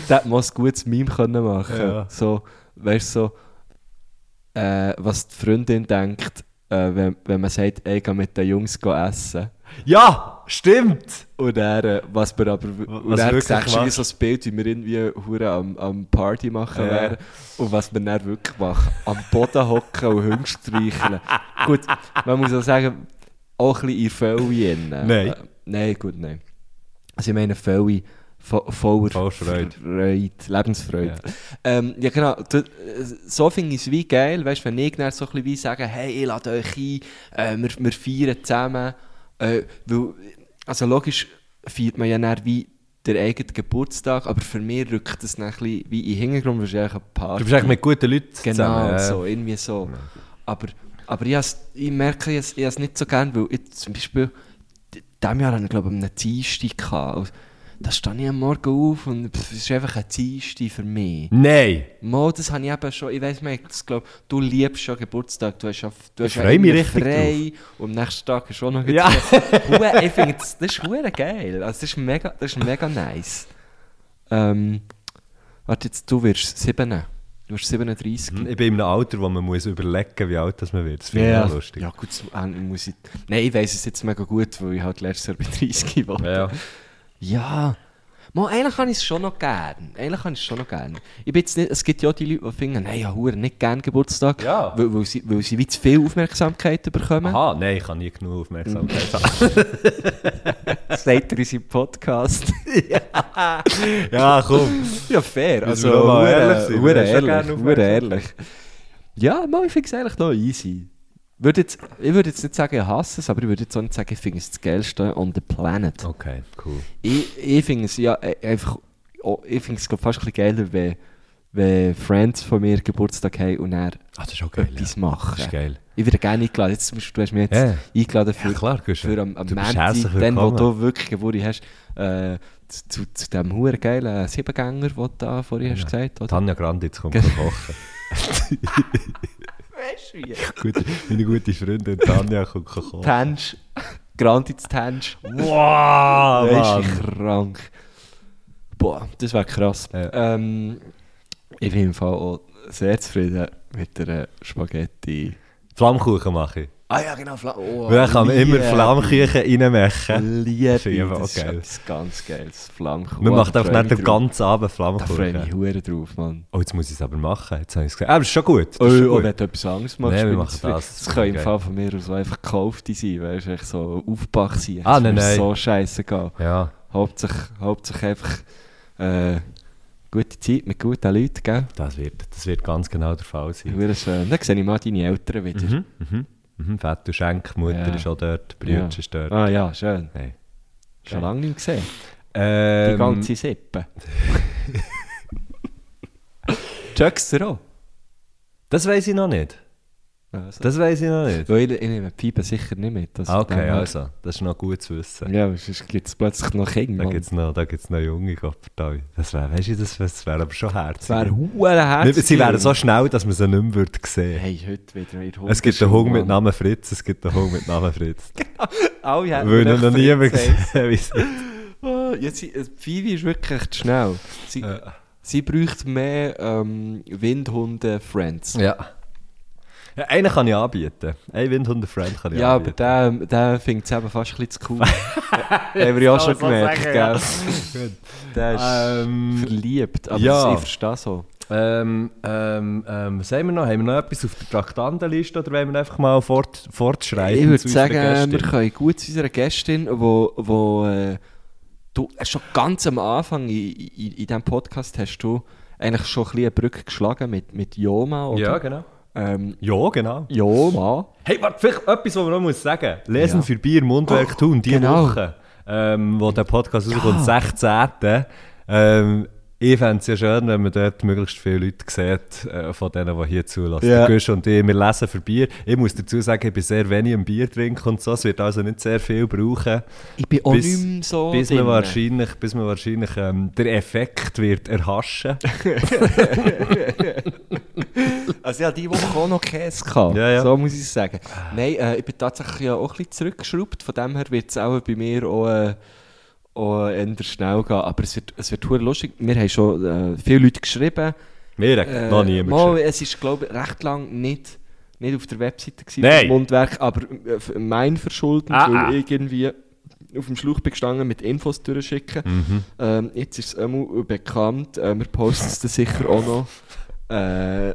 A: da hat man auch ein gutes Meme können machen
B: Ja.
A: So, weißt du, so, äh, was die Freundin denkt, äh, wenn, wenn man sagt, ey, geh mit den Jungs go essen.
B: Ja, stimmt!
A: Und dann, äh, was wir aber, und
B: was
A: dann
B: wirklich
A: siehst du wie
B: machst.
A: so ein Bild, wie wir irgendwie hure am, am Party machen
B: Ja.
A: wären. Und was wir dann wirklich machen, am Boden hocken und Hunde streicheln. gut, man muss auch sagen, auch ein bisschen in Fälle rein.
B: Nein.
A: Äh, nein, gut, nein. Also ich meine Fälle vo- voller
B: Voll Freude.
A: Freude, Lebensfreude. Ähm, ja genau, du, äh, so finde ich es wie geil, weißt, wenn ich dann so ein bisschen wie sage, hey, ich lade euch ein, äh, wir, wir feiern zusammen. Äh, weil, also logisch feiert man ja dann wie der eigenen Geburtstag, aber für mich rückt das dann ein bisschen wie in den Hintergrund, weil es ist eigentlich eine Party.
B: Du bist eigentlich mit guten Leuten
A: Genau,
B: zusammen. Ähm, ja.
A: so, irgendwie so. Aber, aber ich, has- ich merke, ich, has- ich has nicht so gern, weil ich zum Beispiel, in diesem Jahr hatte ich glaube ich einen Dienstag. Gehabt. Und Da stand ich am Morgen auf und pff, es ist einfach ein Dienstag für mich.
B: Nein!
A: Mo, das habe ich eben schon, ich weiss nicht, das glaub, du liebst schon Geburtstag, du hast ja, du hast ja
B: freu mich
A: immer
B: richtig
A: frei und am nächsten Tag ist auch noch
B: Ja.
A: Hure, ich finde, das, das ist hure geil, also das ist mega, das ist mega nice. Ähm, warte jetzt, du wirst 7, du wirst 37.
B: Ich bin in einem Alter, wo man muss überlegen wie alt das man wird. Das finde ich auch lustig.
A: Ja gut, das, äh, muss ich, nein, ich weiss es jetzt mega gut, weil ich halt letztes Jahr bei 30 war.
B: Ja.
A: Ja. Mo, eigentlich kann ich es schon noch gern. Eigentlich kann ich es schon noch gern. Ich bin jetzt nicht, es gibt ja auch die Leute, die finden, nein, ja, hure nicht gern Geburtstag,
B: Ja.
A: weil, weil, sie, weil sie wie zu viel Aufmerksamkeit bekommen.
B: Aha, nein, ich kann nie genug Aufmerksamkeit haben.
A: Das sagt er in seinem Podcast.
B: ja, komm.
A: ja, fair. Also,
B: wir mal
A: hure-
B: ehrlich sein,
A: hure
B: wir haben schon
A: ehrlich,
B: gerne
A: hure
B: Aufmerksamkeit.
A: ehrlich. Ja, Mo, ich finde es eigentlich noch easy. Würde jetzt, ich würde jetzt nicht sagen, ich hasse es, aber ich würde jetzt auch nicht sagen, ich finde es das Geilste on the planet.
B: Okay, cool.
A: Ich, ich finde es E, ja äh, einfach, oh, ich finde es glaub fast ein bisschen geiler, wenn, wenn Friends von mir Geburtstag haben und er
B: Ah, das ist auch geil.
A: etwas
B: ja.
A: machen.
B: Das ist geil.
A: Ich werde gerne eingeladen. Jetzt zum Beispiel, du hast mich jetzt
B: Ja.
A: eingeladen für,
B: Ja, klar, du bist-
A: für am, am
B: du bist
A: Montag,
B: herzlich
A: dann wo
B: willkommen.
A: du wirklich Geburt hast, äh, zu, zu, zu dem huren geilen Siebengänger, den du da vorhin hast gesagt hast.
B: Tanja Granditz kommt zum kochen. Gut, meine gute Freundin Tanja kommt zum kochen.
A: Tänsch, Grandi zu Tänsch.
B: Wow,
A: Das
B: Mann.
A: ist krank. Boah, das wäre krass.
B: Ja.
A: Ähm, ich bin im Fall auch sehr zufrieden mit der eh, Spaghetti.
B: Flammkuchen mache ich.
A: Ah ja, genau, Fla oh,
B: Weil ich kann immer
A: liebe-
B: Flammkuchen reinmachen.
A: Liebe, das
B: Das ist
A: ist
B: eben auch geil.
A: etwas ganz geiles. Flammkuchen.
B: Man macht einfach nicht den
A: ganz.
B: ganzen Abend
A: Da freue ich mich
B: Flammkuchen.
A: hure drauf, Mann.
B: Oh, jetzt muss ich es aber machen. Jetzt habe ich es gesagt. Aber ist schon gut.
A: Oh,
B: Das ist schon
A: oh, wenn
B: gut.
A: du etwas Angst machst,
B: Nein, wir
A: bin ich
B: machen
A: zufrieden.
B: das. Das
A: Das kann
B: ist
A: im
B: geil.
A: Fall von mir aus auch einfach gekaufte sein, weißt du, echt so aufgebacken sein.
B: Ah,
A: Das
B: nein,
A: ist mir
B: nein.
A: so scheiße gegangen.
B: Ja.
A: Hauptsächlich, hauptsächlich einfach äh, gute Zeit mit guten Leuten, gell?
B: Das wird, das wird ganz genau der Fall sein.
A: Hure schön. Dann sehe ich mal deine Eltern wieder.
B: Mhm, mhm, mhm. Vetter Schenk, Mutter
A: Ja.
B: ist auch dort, Brüder
A: Ja.
B: ist dort.
A: Ah ja, schön.
B: Nein.
A: Schon
B: Geil.
A: lange nicht mehr gesehen. Die
B: Ähm,
A: ganze Sippe. Checkst du auch?
B: das weiß ich noch nicht.
A: Also.
B: Das weiß ich noch nicht.
A: Weil ich, ich nehme die Pipe sicher nicht mit. Also
B: Ah, okay,
A: dann-
B: also, das ist noch gut zu wissen.
A: Ja, aber sonst gibt es plötzlich noch Kinder.
B: Da
A: Mann.
B: gibt es noch, da gibt's noch junge Gottverdau. Das wäre, weißt du, das, das wäre aber schon herzig.
A: Das wäre hure herzig.
B: sie wären so schnell, dass man sie nicht mehr würde sehen
A: Hey, heute wieder mit Hund.
B: Es gibt einen Hund mit Namen Fritz, es gibt einen Hund mit Namen Fritz.
A: Alle hätten
B: Weil
A: mich
B: noch
A: Fritz
B: niemand
A: gesagt.
B: gesehen wie sie-
A: Ah, ja, sie, äh, Phoebe ist wirklich echt schnell. Sie,
B: Äh.
A: sie bräuchte mehr ähm, Windhunde-Friends.
B: Ja. ja. Einen kann ich anbieten. Einen Windhunde-Friend kann ich
A: Ja, aber
B: anbieten.
A: der, der findet es eben fast ein bisschen zu cool. Haben wir ja auch schon gemerkt, gell?
B: Gut.
A: Der ist
B: Ähm,
A: verliebt, aber
B: ja.
A: das- ich verstehe so.
B: Ähm, ähm, ähm, was haben wir noch? Haben wir noch etwas auf der Traktandenliste oder wollen wir einfach mal fort, fortschreiten?
A: ich würde
B: zu unserer
A: sagen, äh, wir
B: Gästin?
A: können gut zu unserer Gästin, wo, wo äh, du äh, schon ganz am Anfang in, in, in diesem Podcast hast du eigentlich schon ein bisschen eine Brücke geschlagen mit, mit Joma. Oder?
B: Ja, genau.
A: Ähm,
B: Ja, genau.
A: ja, Mann.
B: Hey, warte, vielleicht etwas, was man noch muss sagen Lesen
A: Ja.
B: für Bier, Mundwerk tun, diese
A: genau.
B: Woche, ähm, wo der Podcast rauskommt, 16. Ähm, ich fände es ja schön, wenn man dort möglichst viele Leute sieht, äh, von denen, die hier zulassen.
A: Ja.
B: Der Gusch und ich, wir lesen für Bier. Ich muss dazu sagen, ich bin sehr wenig am Bier trinken und so, es wird also nicht sehr viel brauchen.
A: Ich bin auch
B: Bis-
A: nicht mehr so.
B: Bis man
A: drin.
B: wahrscheinlich, bis man wahrscheinlich ähm, der Effekt wird erhaschen.
A: Also ja, die Woche auch noch Käse gehabt,
B: Ja, ja.
A: so muss ich sagen. Nein, äh, ich bin tatsächlich ja auch ein bisschen zurückgeschraubt, von dem her wird es auch bei mir auch, äh, auch eher schnell gehen, aber es wird, es wird verdammt lustig. Wir haben schon äh, viele Leute geschrieben.
B: Mir hat
A: Äh,
B: noch niemand
A: mal,
B: geschrieben.
A: Es ist glaube ich recht lang nicht, nicht auf der Webseite gewesen,
B: Nein.
A: vom Mundwerk, aber äh, f- mein Verschulden,
B: Ah,
A: weil
B: ah.
A: ich irgendwie auf dem Schluch bin gestanden mit Infos durchschicken.
B: Mhm.
A: Ähm, jetzt ist es einmal bekannt, äh, wir posten es dann sicher auch noch. Äh,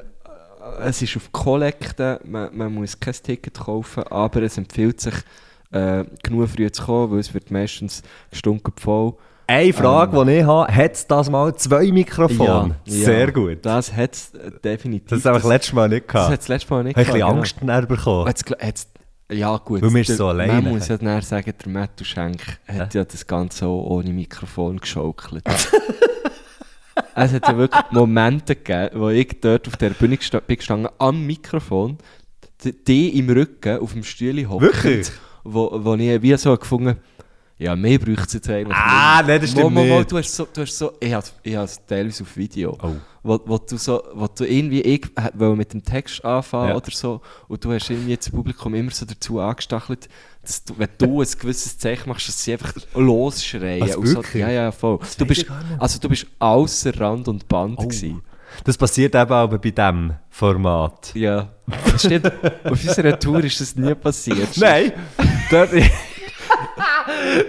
A: es ist auf Kollekte, man, man muss kein Ticket kaufen, aber es empfiehlt sich, äh, genug früh zu kommen, weil es wird meistens gestunken voll.
B: Eine Frage,
A: Ähm.
B: die ich habe, hat es das mal zwei Mikrofone? Sehr gut.
A: Das hat es definitiv.
B: Das habe ich letztes Mal nicht
A: Das
B: gehabt.
A: hat das letzte Mal nicht
B: Habe ich ein bisschen
A: gehabt, genau.
B: Angst genau. bekommen.
A: Hat's, gl- hat's, ja, gut.
B: Weil wir sind
A: Der-
B: so alleine.
A: Man muss ja dann sagen, der Matthew Schenk hat ja das Ganze auch ohne Mikrofon geschaukelt. es hat ja wirklich Momente gegeben, wo ich dort auf der Bühne gesta bin gestanden am Mikrofon, d- die im Rücken auf dem Stühle
B: Wirklich?
A: hockend, wo, wo ich wie so gefunden ja, mehr bräuchte es jetzt eigentlich
B: Ah, nein, das stimmt
A: Mo, mo, mo,
B: nicht.
A: du hast so, du hast so, ich habe ich has teilweise auf Video,
B: Oh.
A: wo, wo du so, wo du irgendwie, ich hä- wollte mit dem Text anfangen
B: Ja.
A: oder so, und du hast irgendwie das Publikum immer so dazu angestachelt, dass du, wenn du ein gewisses Zeichen machst, dass sie einfach losschreien.
B: Was,
A: und so,
B: Also wirklich?
A: ja, ja, voll. Du
B: weiß ich
A: bist,
B: gar nicht.
A: also du bist außer Rand und Band
B: Oh.
A: gewesen.
B: Das passiert eben auch bei diesem Format.
A: Ja, das stimmt. Auf unserer Tour ist das nie passiert.
B: Nein! dort,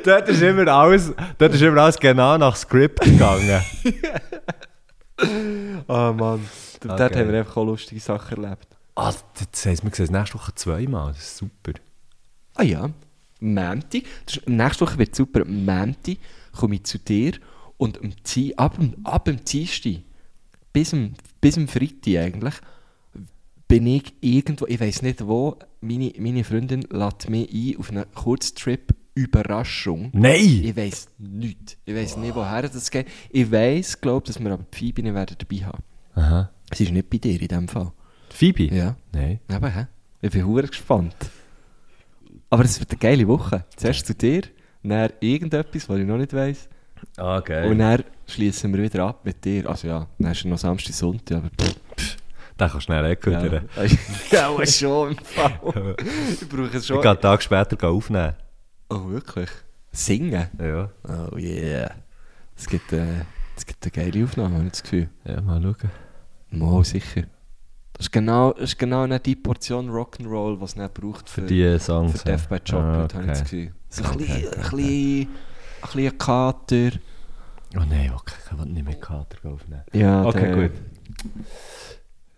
B: dort, ist immer alles, dort ist immer alles genau nach Skript gegangen.
A: Oh Mann. Dort
B: Okay.
A: haben wir einfach auch lustige Sachen erlebt.
B: Ah, jetzt heisst, wir sehen es nächste Woche zweimal. Das ist super.
A: Ah ja, Mänti. Das ist- Nächste Woche wird super. Mänti komme ich zu dir und am Zi- ab, dem- ab dem Dienstag bis am, bis am Freitag eigentlich bin ich irgendwo, ich weiß nicht wo, meine, meine Freundin lädt mich ein auf einen Kurztrip Überraschung.
B: Nein!
A: Ich weiß nichts. Ich weiß nicht, woher das geht. Ich weiß, glaube dass wir aber die Phoebe nicht werden dabei haben.
B: Aha.
A: Sie ist nicht bei dir in dem Fall.
B: Phoebe?
A: Ja.
B: Nein.
A: Eben, hä? Ich bin hure gespannt. Aber es wird eine geile Woche. Zuerst zu dir, dann irgendetwas, was ich noch nicht weiss.
B: Ah,
A: Und
B: geil.
A: dann schließen wir wieder ab mit dir. Also ja, dann ist ja noch Samstag, Sonntag, aber pff,
B: Den kannst du schnell
A: ja.
B: wegküttern.
A: ja, aber schon im Fall. Ich brauche es
B: Ich
A: schon.
B: gehe einen Tag später gehen aufnehmen.
A: Oh, wirklich? Singen?
B: Ja.
A: Oh yeah. Es gibt, äh, es gibt eine geile Aufnahme, habe ich das Gefühl.
B: Ja, mal schauen.
A: Mal sicher. Das ist genau, das ist genau dann die Portion Rock'n'Roll, die es dann braucht für...
B: Die Songs.
A: Für Death by
B: Ah,
A: Chocolate, habe ich das
B: okay.
A: Gefühl. So ein
B: Okay,
A: bisschen, ein
B: okay.
A: bisschen, ein bisschen Kater.
B: Oh nein, okay, ich will nicht mehr Kater aufnehmen.
A: Ja,
B: Okay, gut.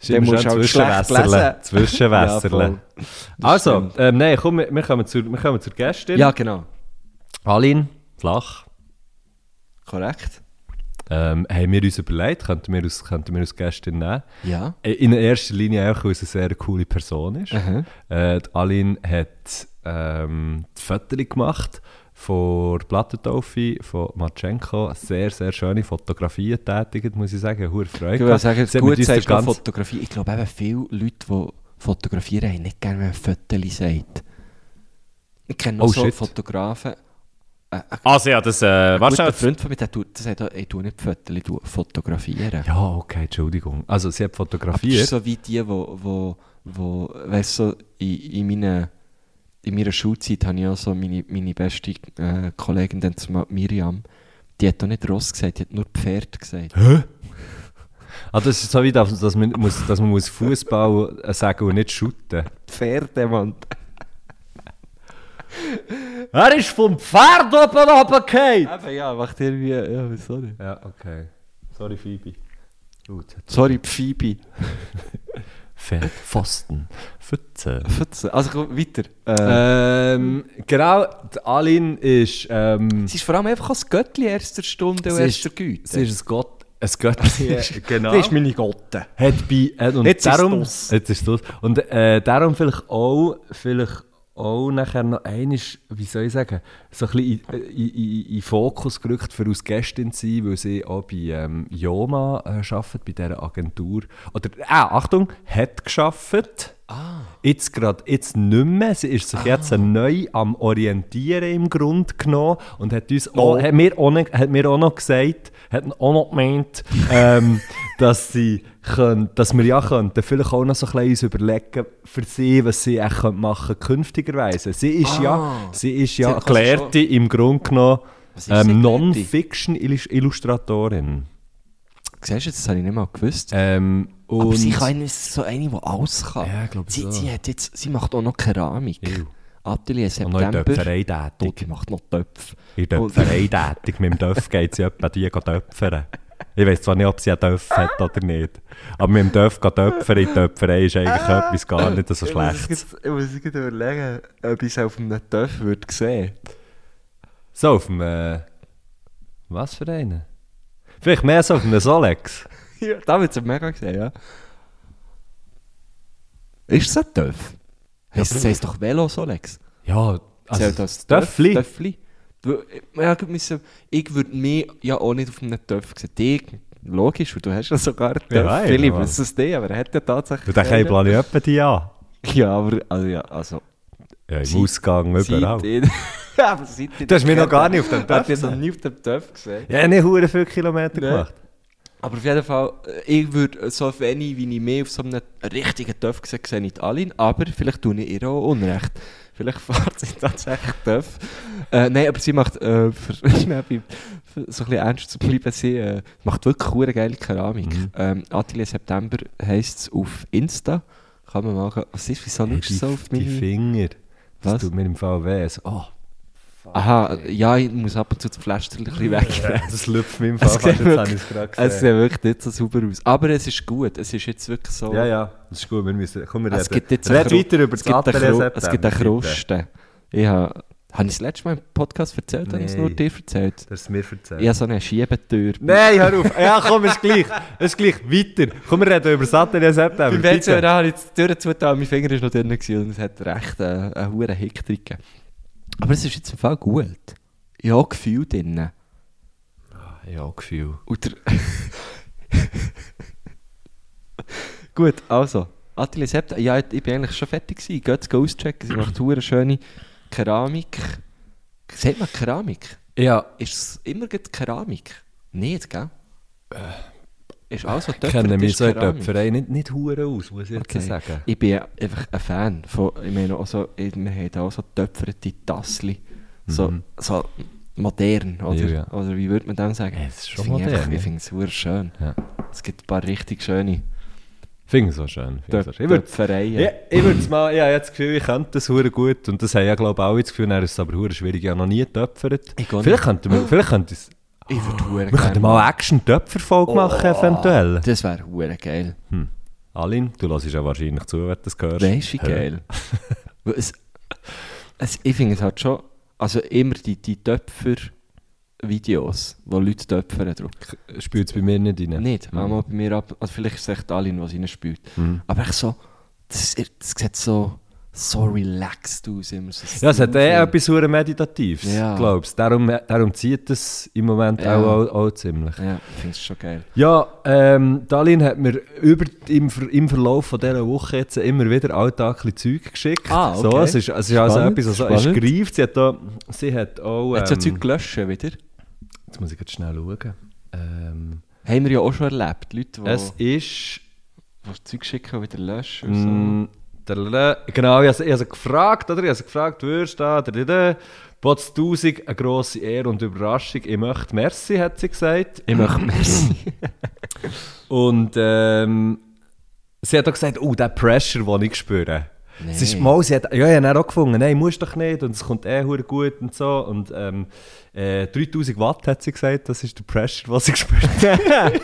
A: Dann musst du auch schlecht lesen.
B: halt Zwischenwässerle. also, ähm, nein, komm, wir, wir, kommen zur, wir kommen zur Gästin.
A: Ja, genau.
B: Aline, flach.
A: Korrekt.
B: Ähm, haben wir uns überlegt, könnten wir uns, könnten wir uns Gästin nehmen?
A: Ja.
B: Äh, In erster Linie auch, weil es eine sehr coole Person ist.
A: Aha.
B: Äh, die Aline hat ähm, die Fotos gemacht von der Plattentaufe von Matschenko. Sehr, sehr schöne Fotografien tätigt, muss ich sagen. Hure Freude.
A: Ich würde sagen, es
B: gehabt.
A: ist
B: Sie hat mit
A: gut,
B: uns
A: sagst
B: den
A: du
B: ganzen-
A: Fotografie. Ich glaube, eben viele Leute, die fotografieren, haben nicht gerne, wenn man Fotos sagt. Ich kenne noch
B: Oh,
A: so
B: shit.
A: Fotografen. Äh, ein
B: Also ja, das äh,
A: guter
B: wahrscheinlich.
A: Freund von mir, der tut, der sagt, auch, ich tue nicht Fotos, ich tue fotografieren.
B: Ja, okay, Entschuldigung. Also sie hat
A: Aber das
B: fotografiert.
A: ist so wie die, wo, wo, wo weißt du, so in, in, meiner, in meiner Schulzeit habe ich auch so meine, meine beste äh, Kollegin, dann zumal Miriam, die hat auch nicht Ross gesagt, die hat nur Pferd gesagt.
B: Ah, das ist so wie, dass, dass man muss, dass man muss Fußball äh, sagen und nicht shooten.
A: Pferde, Mann.
B: Er ist vom Pferd oben runtergefallen!
A: Aber ja, macht irgendwie, ja, wieso nicht?
B: Ja, okay. Sorry, Phoebe. Gut.
A: Sorry, Phoebe.
B: Pferd, Pfosten, Pfütze.
A: Fetze. Also komm, weiter. Äh,
B: Ähm, genau, die Aline ist... Ähm,
A: es ist vor allem einfach auch das Göttli erster Stunde und
B: sie ist,
A: erster Güte.
B: sie ist ein Gott, ein Göttli ist.
E: Das ist meine Gotte.
B: Hat bei, hat, und
E: genau. Jetzt ist
B: darum,
E: es
B: Jetzt ist es Und äh, darum vielleicht auch, vielleicht auch nachher noch eines, wie soll ich sagen, so ein bisschen in, äh, in, in, in Fokus gerückt für uns Gästin zu sein, weil sie auch bei ähm, Joma äh, arbeitet, bei dieser Agentur. Oder, äh, Achtung, hat geschafft. Jetzt gerade, jetzt nicht mehr. Sie ist sich
A: Ah.
B: jetzt neu am Orientieren im Grund genommen und hat, uns
A: Oh.
B: auch, hat, mir, auch noch, hat mir auch noch gesagt, hat auch noch gemeint, ähm, dass, sie können, dass wir ja könnten vielleicht auch noch so ein bisschen uns überlegen für sie, was sie auch können machen künftigerweise. Sie ist ja, sie ist ja
A: Ah. Sie hat quasi
B: Gelehrte im Grunde genommen
A: Was ist sie,
B: ähm,
A: Gelehrte?
B: Non-Fiction-Illustratorin.
A: Siehst du, das habe ich nicht mal gewusst.
B: Ähm,
A: Aber
B: und-
A: sie kann eigentlich so eine, die alles kann.
B: Ja, ich glaube
A: sie,
B: so.
A: sie, hat jetzt, sie macht auch noch Keramik.
B: Ew.
A: Atelier
B: Und noch in der
A: September.
B: Töpferei
A: Und
B: tätig.
A: die macht noch Töpfe.
B: In der Töpferei tätig. Mit dem Töpf geht sie etwa die gehen töpfern. Ich weiß zwar nicht, ob sie einen Töpf hat oder nicht. Aber mit dem Töpf gehen töpfern in die Töpferei ist eigentlich etwas gar nicht
A: Ah,
B: so schlecht.
A: Ich muss jetzt überlegen, ob ich es auf einem Töpf würde sehen.
B: So, auf dem. Äh, was für einen? Vielleicht mehr so auf einem Solex.
A: Ja, da wird es mega gesehen, ja. Ist es ein Töpf? Heisst, das heisst doch Velosolex.
B: Ja,
A: Zählt
B: also.
A: das
B: Töffli?
A: Töffli. Du- Ja, gut, müssen- ich würde mich ja auch nicht auf einem Töpf sehen. Dich, logisch, weil du hast ja sogar einen
B: Ja,
A: Töpf.
B: ey,
A: Viele
B: aber-
A: wissen es nicht, aber er hat ja tatsächlich...
B: Und dann kann ich
A: einen.
B: plane ich etwa die an.
A: Ja, aber also, ja, also
B: Ja, im
A: Sie-
B: Ausgang, überall.
A: seit ich- aber seit ich
B: Du hast mich
A: den
B: noch gar
A: kenn-
B: nicht auf dem Töpf
A: Hat ich noch
B: gesehen.
A: nie auf dem Töpf gesehen.
B: Ja, nicht Huren viele Kilometer
A: Nein.
B: gemacht.
A: Aber auf jeden Fall, äh, ich würde so wenig, wie ich mehr auf so einem richtigen Töpf sehe, sehe ich die Aline, aber vielleicht tue ich ihr auch Unrecht. Vielleicht fährt sie tatsächlich Töpf. Äh, nein, aber sie macht, äh, für, schnell bei- für so ein bisschen ernst zu bleiben, sie äh, macht wirklich coole geile Keramik.
B: Mhm.
A: Ähm, Atelier September heisst es auf Insta. Kann man machen. Was ist, wieso
B: Hey,
A: nicht
B: die,
A: so auf
B: die
A: meine...
B: Finger. Das
A: Was?
B: tut mir im Fall weh. So, Oh,
A: Aha, ja, ich muss ab und zu das Pflasterchen ein bisschen wegnehmen.
B: das lüpft mir im Fall.
A: Es
B: fast, Jetzt
A: sieht,
B: habe ich
A: wirklich,
B: es gerade gesehen.
A: es sieht wirklich nicht so sauber aus. Aber es ist gut. Es ist jetzt wirklich so.
B: Ja, ja, das ist gut. Wir müssen, komm, wir
A: Es
B: reden.
A: gibt jetzt
B: Red
A: einen Kru-
B: weiter über
A: es
B: das
A: gibt einen
B: Atelier
A: Kru-
B: September,
A: Es gibt einen
B: bitte.
A: Krusten. Ich habe, habe ich das letzte Mal im Podcast erzählt oder habe ich es
B: Nein.
A: nur dir erzählt?
B: Das ist mir erzählt.
A: Ich habe so eine Schiebetür.
B: Nein, hör auf. Ja, komm, ist gleich. Ist gleich. Weiter. Komm, wir reden über das Atelier September.
A: Beim
B: bitte.
A: WC habe ich die Tür zugetan, mein Finger war noch drin gewesen und es hat recht äh, einen hohen Hick drin gegeben. Aber es ist jetzt im Fall gut. Ich habe auch Gefühl drin.
B: Ja, Gefühl.
A: Und der Gut, also. Atelier Septa, ja, ich bin eigentlich schon fertig gewesen. Geht es auschecken. Sie macht hure schöne Keramik. Sieht man Keramik?
B: Ja,
A: Ist es immer gerade Keramik? Nicht, gell? Ist alles, was
B: Äh, ich
A: getöpfert
B: kenne
A: ist,
B: mich so in der
A: Keramik.
B: Töpferei nicht, nicht hure aus, muss ich jetzt
A: Okay.
B: sagen.
A: Ich bin einfach ein Fan von, ich meine, also, wir haben da auch so getöpferte Tassli. So, so modern, oder?
B: Mhm. Ja, ja.
A: Oder wie würde man dem sagen?
B: Ja, es ist schon
A: Das finde ich
B: modern,
A: einfach-
B: ja.
A: Ich finde es super schön.
B: Ja.
A: Es gibt ein paar richtig schöne
B: Finde ich so schön. finde ich so schön. Ich würde
A: Töpfereien.
B: Ja, ich würde es mal, ja, ich habe das Gefühl, ich könnte das hure gut und das haben ja glaube ich alle das Gefühl, dann ist es aber hure schwierig, ich habe noch nie getöpfert.
A: Ich auch
B: Vielleicht könnten wir, vielleicht könnten wir,
A: Ich würde hure
B: Oh, wir könnten mal eine
A: Oh.
B: Action-Töpfer-Folge machen eventuell.
A: Das wäre hure geil.
B: Alin, du hörst ja wahrscheinlich zu, wenn du das hörst.
A: Weißt du, wie
B: Hä?
A: geil? Weil es, es, ich finde es halt schon, also immer die, die Töpfer-Videos, wo Leute töpfern drauf.
B: Spielt es bei mir nicht rein?
A: Nicht, einmal bei mir ab, also vielleicht ist es echt Alin, was reinspielt.
B: Mhm.
A: Aber echt so, das, ist- das sieht so, so relaxed aus. Immer so
B: Ja, es hat eh
A: still.
B: etwas hure Meditatives,
A: Ja.
B: glaubst du. Darum, darum zieht es im Moment
A: Ja.
B: auch, auch, auch ziemlich.
A: Ja, ich finde es schon geil.
B: Ja, ähm, Dalin hat mir über, im, Ver- im Verlauf von dieser Woche jetzt immer wieder alltägliche Zeug geschickt.
A: Ah, okay.
B: so, es ist, es ist also
A: Spannend,
B: etwas, also, es
A: spannend.
B: greift. Sie hat, da, sie hat auch...
A: Hat so
B: ähm,
A: Zeug gelöscht wieder?
B: jetzt muss ich jetzt schnell schauen. Ähm,
A: Haben wir ja auch schon erlebt, Leute, die
B: Es ist...
A: die Zeug schicken und wieder löschen. und so.
B: Mm, tadadada. Genau, ich habe sie- ich habe sie gefragt, oder? Ich habe sie gefragt, würdest du da, da, Potztausend, eine grosse Ehre und Überraschung. Ich möchte merci, hat sie gesagt.
A: Ich möchte merci.
B: Und ähm, sie hat auch gesagt, oh, der Pressure, den ich spüre. Es ist
A: Nein.
B: mal, sie hat, ja, ich habe dann auch gefunden, nein, musst doch nicht und es kommt eh hure gut und so. Und ähm, äh, 3000 Watt hat sie gesagt, das ist der Pressure, was sie gespürt hat.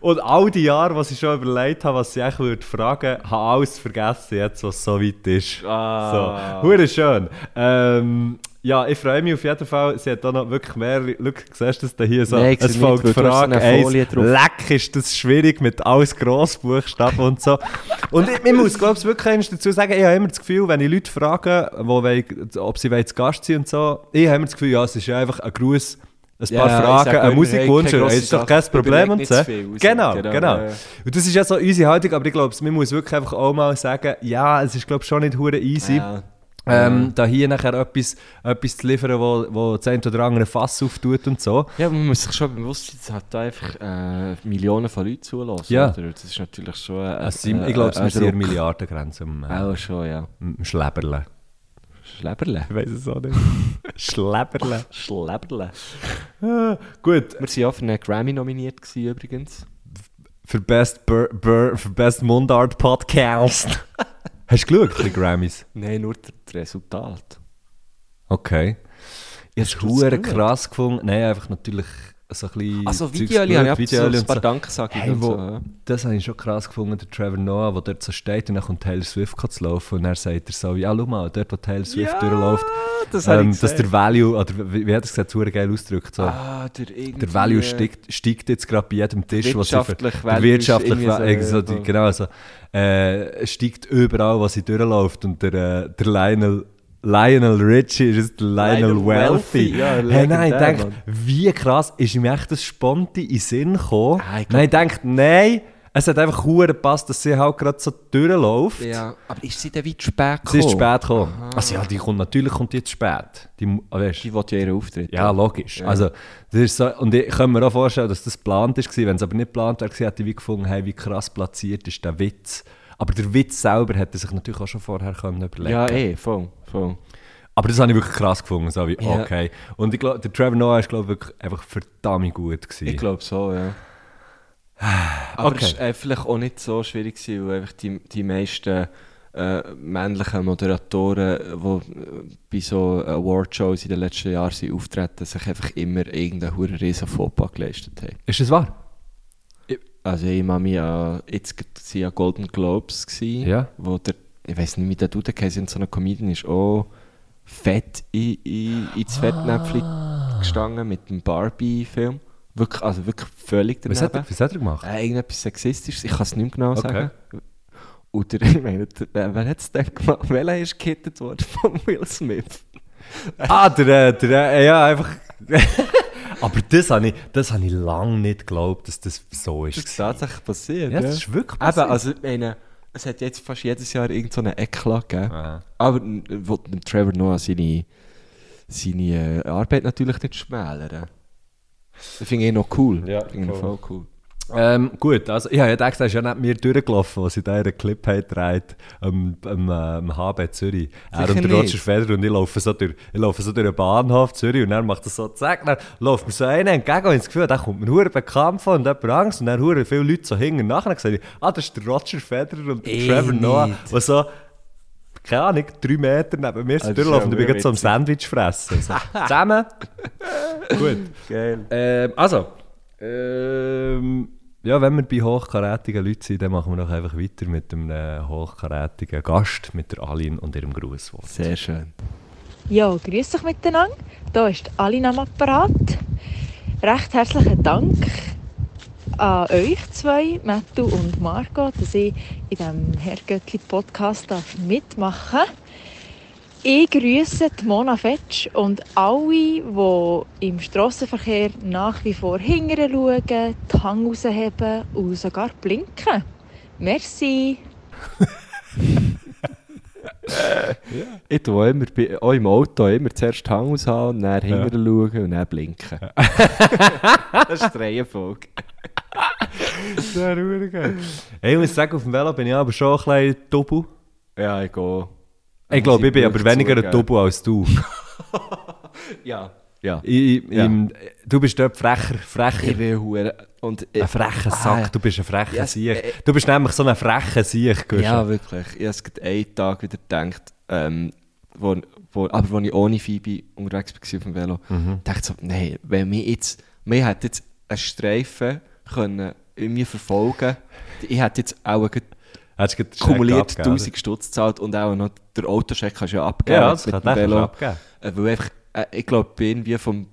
B: Und all die Jahre, was ich schon überlegt habe, was ich eigentlich würde fragen, habe alles vergessen, jetzt, was so weit ist.
A: Ah.
B: So, hure schön. Ähm, ja, ich freue mich auf jeden Fall. Sie hat da noch wirklich mehrere Lücken. Siehst du das da hier so?
A: Nein, ich
B: es
A: sehe nicht,
B: folgt
A: weil du hast
B: Frage
A: so eine Folie
B: 1.
A: drauf.
B: Leck, ist das schwierig mit alles Grossbuchstaben und so. Und ich, ich muss, glaube ich, wirklich eins dazu sagen, ich habe immer das Gefühl, wenn ich Leute frage, wo wollen, ob sie wollen zu Gast sind und so, ich habe immer das Gefühl, ja, es ist einfach ein Gruß, ein
A: Ja,
B: paar
A: ich
B: Fragen, äh,
A: sag,
B: ein
A: wir haben
B: Musikwunsch,
A: keine
B: es ist
A: grosse
B: doch kein
A: Sache,
B: Problem
A: überleg
B: und
A: nicht
B: so.
A: zu viel raus.
B: Genau,
A: Genau,
B: genau.
A: ja, ja.
B: Und das ist ja so unsere Haltung, aber ich glaube, man muss wirklich einfach auch mal sagen, ja, es ist, glaube ich, schon nicht hure easy.
A: Ja.
B: Ähm, da hier nachher etwas, etwas zu liefern, wo, wo das ein oder andere Fass auftut und so.
A: Ja, aber man muss sich schon bewusst sein, es hat da einfach äh, Millionen von Leuten zulassen.
B: Ja.
A: Oder? Das ist natürlich schon äh,
B: Es sind, ich glaube, es sind sehr
A: Druck.
B: Milliardengrenze am, äh,
A: Auch schon, ja.
B: am Schleberle.
A: Schleberle.
B: Ich weiß es auch nicht. Schleberle.
A: Schleberle.
B: Ah, Gut,
A: Wir waren ja für einen Grammy nominiert gewesen, übrigens.
B: für Best, Bur Bur für Best Mundart Podcast. Hast du geschaut, die Grammys?
A: Nein, nur das Resultat.
B: Okay. Ich
A: Hast
B: habe
A: du das
B: es
A: geschaut?
B: krass gefunden. Nein, einfach natürlich so ein bisschen.
A: Also,
B: Zeugs
A: Videoli
B: geschaut,
A: habe ich so
B: Videoli
A: ein
B: und
A: paar
B: so.
A: Danksagungen
B: Hey,
A: und
B: wo,
A: so, ja.
B: Das habe ich schon krass gefunden, der Trevor Noah, der dort so steht und dann kommt Taylor Swift zu laufen und er sagt er so, ja schau mal, dort wo Taylor Swift durchläuft,
A: das habe ich
B: ähm, dass
A: gesehen.
B: der Value, oder wie, wie hat er gesagt, super geil ausgedrückt, so.
A: Ah, der,
B: der Value steigt, steigt jetzt gerade bei jedem Tisch, was sie ver-
A: Wirtschaftlich
B: der
A: Value
B: wirtschaftlich
A: ist irgendwie
B: Value,
A: so,
B: so,
A: ja.
B: die, genau, so, äh, steigt überall, was sie durchläuft und der, äh, der Lionel Lionel Richie ist es der Lionel,
A: Lionel Wealthy,
B: Wealthy.
A: ja,
B: hey, nein,
A: legendär,
B: ich denke,
A: Mann.
B: wie krass ist ihm echt das Sponti in den Sinn gekommen?
A: Ah, ich glaub-
B: nein, ich denke, nein, es hat einfach gut gepasst, dass sie halt gerade so durchläuft.
A: Ja, aber ist sie dann weit spät
B: Sie ist zu
A: gekommen?
B: spät gekommen. Also ja, die kommt, natürlich kommt die zu spät. Die, mu- ah, weisst,
A: Die wollte ja ihren Auftritt.
B: ja, logisch. Also, das ist so, und ich kann mir auch vorstellen, dass das geplant war. Wenn es aber nicht geplant wäre, gewesen, hätte ich wie gefunden, hey, wie krass platziert ist der Witz. Aber der Witz selber hätte er sich natürlich auch schon vorher können überlegen
A: Ja, eh, voll, voll.
B: Aber das habe ich wirklich krass gefunden. So wie,
A: Ja.
B: okay. Und ich glaube, der Trevor Noah ist, glaube ich, wirklich einfach verdammt gut gewesen.
A: Ich glaube so, ja. Aber
B: Okay.
A: es war äh, vielleicht auch nicht so schwierig, gewesen, weil einfach die, die meisten äh, männlichen Moderatoren, die äh, bei so Awardshows in den letzten Jahren sind auftreten, sich einfach immer irgendeinen hohen riesen Fauxpas geleistet haben.
B: Ist das wahr?
A: Also ich war mich an, jetzt waren ja Golden Globes, gewesen,
B: Ja.
A: wo der, ich weiß nicht, wie der Dude heisst, und so ein Comedian ist auch fett in, in,
B: Ah.
A: ins Fettnäpfchen gestanden mit dem Barbie-Film. Wirklich, also wirklich völlig daneben.
B: Was hat, er, was hat er gemacht?
A: Äh, irgendetwas Sexistisches, ich kann es nicht mehr genau
B: Okay.
A: sagen. Und der, ich meine, der, wer hat es denn gemacht? Welcher ist gekittet worden von Will Smith?
B: Ah, der, äh, der, äh, ja, einfach. aber das habe ich, das habe ich lange nicht geglaubt, dass das so
A: Das ist
B: ist.
A: tatsächlich passiert.
B: Ja, das ist wirklich
A: Eben,
B: passiert.
A: also ich meine, es hat jetzt fast jedes Jahr irgendeine Eckla gegeben.
B: Ja.
A: Aber n- wo dem Trevor Noah seine, seine äh, Arbeit natürlich nicht schmälern. Das finde ich eh noch cool.
B: Ja,
A: Finde ich noch voll cool.
B: Ähm,
A: Ah.
B: gut, also ich habe ja gedacht, er ist ja nicht mir durchgelaufen, was in dieser Clip hat gedreht, am, am, äh, am HB Zürich. Er
A: Sicher
B: und der Roger
A: nicht.
B: Federer und ich laufen so durch, ich laufe so durch den Bahnhof Zürich und er macht das so, zack, dann läuft mir so einer entgegen und ich das Gefühl, der kommt mir hure bekannt vor und jemand Angst und dann hure viele Leute so hinten und nachher Und dann sehe ich, ah, das ist der Roger Federer und der
A: Eh
B: Trevor Noah,
A: nicht.
B: die so, keine Ahnung, drei Meter neben mir
A: Ah,
B: sind
A: das ist
B: durchlaufen und
A: ja
B: ich bin gerade so am
A: witzig.
B: Sandwich fressen. So, zusammen. gut.
A: Geil.
B: Ähm, also, ähm, ja, wenn wir bei hochkarätigen Leuten sind, dann machen wir doch einfach weiter mit einem äh, hochkarätigen Gast, mit der Aline und ihrem Grußwort.
A: Sehr schön.
E: Ja, grüß euch miteinander. Hier ist Alina am Apparat. Recht herzlichen Dank an euch zwei, Mattu und Marco, dass ich in diesem Herrgöttli-Podcast darf mitmachen darf. Ich grüße die Mona Fetsch und alle, die im Strassenverkehr nach wie vor hingere schauen, die Hang rausheben und sogar blinken. Merci!
A: Ich tue auch immer, bei- auch im Auto immer zuerst die Hand aushauen, dann hinterher schauen und dann blinken. das ist die Reihenfolge.
B: Sehr geil. Hey, ich muss sagen, auf dem Velo bin ich aber schon ein bisschen Tobu.
A: Ja, ich gehe.
B: Ich glaube, ich bin aber weniger ein Tobu als du.
A: Ja. ja.
B: Ich, ich,
A: Ja.
B: im- du bist dort frecher,
A: Ich
B: frecher.
A: bin hure und
B: Ein frecher
A: Ah, ja.
B: Sack, du bist ein frecher
A: Yes,
B: Sieg.
A: äh,
B: Du bist nämlich so ein frecher Sieg, Guschen.
A: Ja, wirklich. Ich habe es gerade einen Tag wieder gedacht, ähm, wo, wo, aber wo ich ohne Phoebe unterwegs war auf dem
B: Mhm.
A: Velo, dachte ich so, nein, wenn wir jetzt, wir hätten jetzt einen Streifen können, irgendwie verfolgen. Ich hätte jetzt auch gleich
B: Hättest du gerade Scheck
A: kumuliert
B: abgegeben,
A: 1000 Stutz gezahlt und auch noch der Autoscheck kannst du ja
B: oder?
A: abgeben
B: Ja, das
A: mit
B: kann
A: dem
B: ich
A: Velo.
B: abgeben.
A: Äh, weil einfach, äh, ich glaube, ich bin wie vom...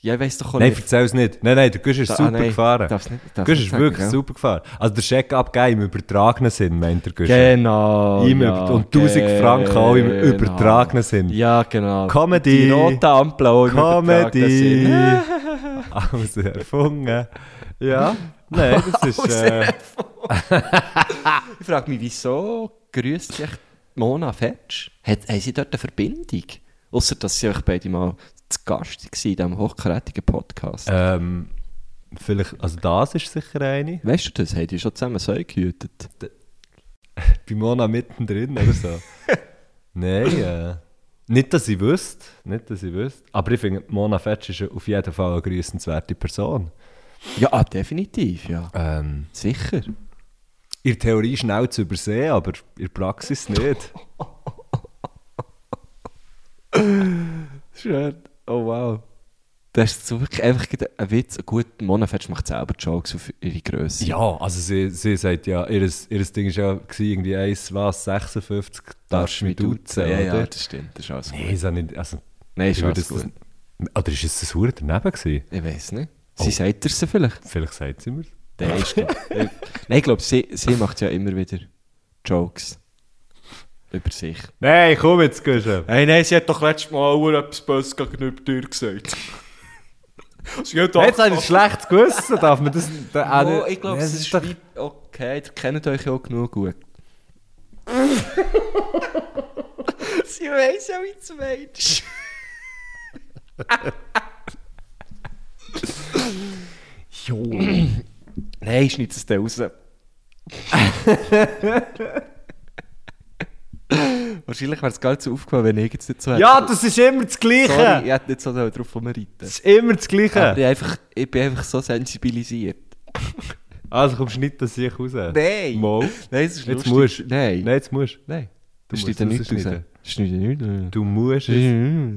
A: Ja, ich weiss doch auch
B: Nein,
A: nicht.
B: erzähl es nicht. Nein, nein, der Gusch ist
A: Da- ah,
B: super
A: nein,
B: gefahren.
A: darf's nicht- darf's
B: Der Gusch
A: nicht
B: ist
A: sagen,
B: wirklich
A: gell?
B: super gefahren. Also der Scheck abgeben im übertragenen Sinn, meint der Gusch.
A: Genau.
B: Im Über- und 1000 Franken auch im
A: genau.
B: übertragenen Sinn.
A: Ja, genau.
B: Comedy.
A: Die rote Ampel auch im übertragenen
B: Comedy.
A: Sinn.
B: Alles erfunden. Ja, nein, das ist... Äh,
A: Ich frage mich, wieso grüßt sich Mona Fetsch? Hat, haben sie dort eine Verbindung? Außer dass sie euch beide mal zu Gast waren in diesem hochkarätigen Podcast.
B: ähm, vielleicht, also das ist sicher eine.
A: Weißt du das? Haben die schon zusammen so gehütet?
B: Bei Mona mittendrin oder so. nein, äh, nicht, dass ich wüsste. Nicht, dass ich wüsste. Aber ich finde, Mona Fetsch ist auf jeden Fall eine grüßenswerte Person.
A: Ja, ah, definitiv, ja.
B: Ähm,
A: Sicher.
B: in der Theorie schnell zu übersehen, aber in der Praxis nicht.
A: Schön. Oh, wow. Das ist so wirklich einfach gerade ein Witz. Gut, Mona Fetsch macht selber Jokes auf ihre Größe.
B: Ja, also sie, sie sagt ja, ihr Ding war ja gewesen, irgendwie 1, was, 56, darfst du mich duzen,
A: Ja, ja,
B: oder?
A: das stimmt. Das ist alles
B: Nein,
A: gut.
B: das habe ich, also,
A: Nein, ist
B: ich würde
A: alles
B: das,
A: gut.
B: Oder ist es das Huren daneben gewesen?
A: Ich weiß nicht. Sie sagt es vielleicht.
B: Vielleicht sagt sie mir.
A: Oh. Der ist gut. Nein, ich glaube, sie, sie macht ja immer wieder Jokes. Über sich.
B: Nein, komm jetzt, Guschen.
A: Hey, nein, sie hat doch letztes Mal auch etwas Böses gegenüber dir gesagt. sie hat
B: Jetzt habe ich ein schlechtes Gewissen, darf man das... Da,
A: Oh, ich glaube,
B: Nein,
A: es ist
B: doch-
A: wie... Okay, ihr kennt euch ja auch genug gut. sie weiss ja, wie du meinst. jo. Nein, schneid es dann raus. Wahrscheinlich wäre es gar nicht so aufgefallen, wenn ich jetzt nicht so hätte.
B: Ja, das ist immer das Gleiche!
A: Sorry, Ah, ich hätte nicht so drauf reiten
B: Das ist immer das
A: aber
B: Gleiche.
A: ich, einfach, ich bin einfach so sensibilisiert.
B: Also komm, schneid das sicher raus.
A: Nein!
B: Mal.
A: Nein, das ist
B: Jetzt
A: lustig.
B: musst du.
A: Nein.
B: Nein, jetzt musst du.
A: Nein.
B: Du
A: Das
B: musst
A: steht ja
B: es
A: nichts raus.
B: rausschneiden.
A: Das steht ja nichts raus.
B: Du musst es.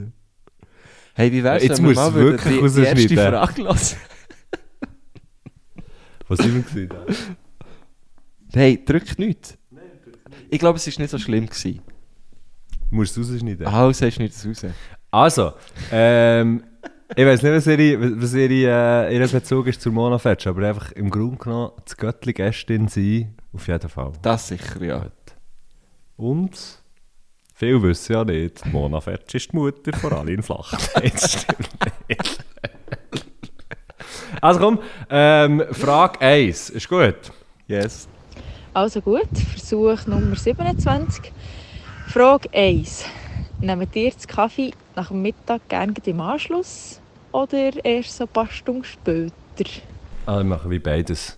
A: Hey, wie wär's,
B: Jetzt
A: wenn wir
B: musst
A: mal
B: du
A: würden die,
B: wirklich
A: die erste
B: rausschneiden.
A: Frage lassen?
B: Was sind wir gesehen? da?
A: Hey, drück nichts. Ich glaube, es war nicht so schlimm. Gewesen.
B: Du musst es rausschneiden.
A: Also, hast du nichts raus.
B: Also, ähm, ich weiß nicht, was ihre, was ihre, äh, ihr Bezug ist zur Mona Fetsch, aber einfach im Grunde genommen das Göttli Gästin sein, auf jeden Fall.
A: Das sicher, ja.
B: Und viel wissen ja nicht, die Mona Fetsch ist die Mutter von Aline Flach. Jetzt stimmt nicht. Also komm, ähm, Frage 1, ist gut.
A: Yes.
E: Also gut, Versuch Nummer 27. Frage 1. Nehmt ihr den Kaffee nach dem Mittag gerne gleich im Anschluss oder erst so ein paar Stunden später?
B: Also ich mache wie beides.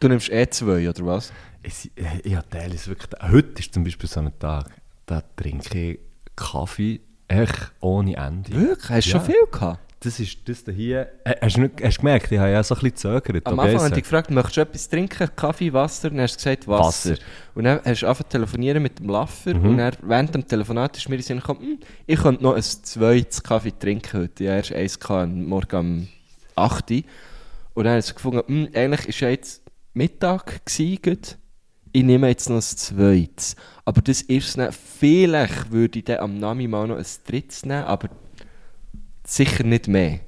A: Du nimmst E2, oder was?
B: Es, äh, ja, Teil ist wirklich. Heute ist zum Beispiel so ein Tag, da trinke ich Kaffee echt ohne Ende.
A: Wirklich? Hast du
B: Ja.
A: schon viel gehabt?
B: Das ist das da hier. Äh, hast, du nicht, hast du gemerkt, ich habe ja so ein bisschen gezögert.
A: Am
B: ob
A: Anfang habe
B: ich
A: ich
B: esse.
A: dich gefragt, möchtest du etwas trinken? Kaffee, Wasser? Dann hast du gesagt Wasser.
B: Wasser.
A: Und dann hast du angefangen zu telefonieren mit dem Laffer. Und dann, während dem Telefonat ist mir in den Sinn gekommen, «Hm, ich könnte noch ein zweites Kaffee trinken heute. Ja, erst eins gehabt, am morgen um 8 Uhr. Und dann habe ich gefunden, «Hm, eigentlich war ja jetzt Mittag. Gewesen, gerade. ich nehme jetzt noch ein zweites. Aber das ist es nicht. Vielleicht würde ich dann am Nami mal noch ein drittes nehmen, aber sicher nicht mehr.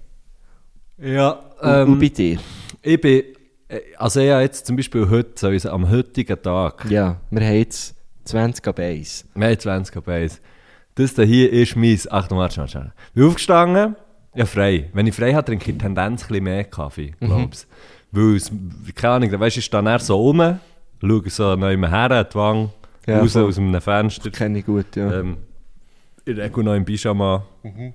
B: Ja,
A: Und, und bei
B: ähm,
A: dir?
B: ich bin. äh, Also, ich habe jetzt zum Beispiel heute, so wie so am heutigen Tag,
A: Ja, wir haben jetzt 20 ab 1.
B: mehr als 20 ab 1. Das da hier ist mein. Achtung, warte, warte, warte. Ich bin aufgestanden, ja, frei. Wenn ich frei habe, trinke ich Tendenz ein bisschen mehr Kaffee,
A: Mhm.
B: glaube ich. Weil es, keine Ahnung, dann weißt du, ich stehe dann so rum, schaue so neu her, die Wange,
A: Ja,
B: raus
A: voll.
B: aus einem Fenster.
A: Kenne ich gut, ja.
B: Ähm, in der Regel noch im Pyjama.
A: Mhm.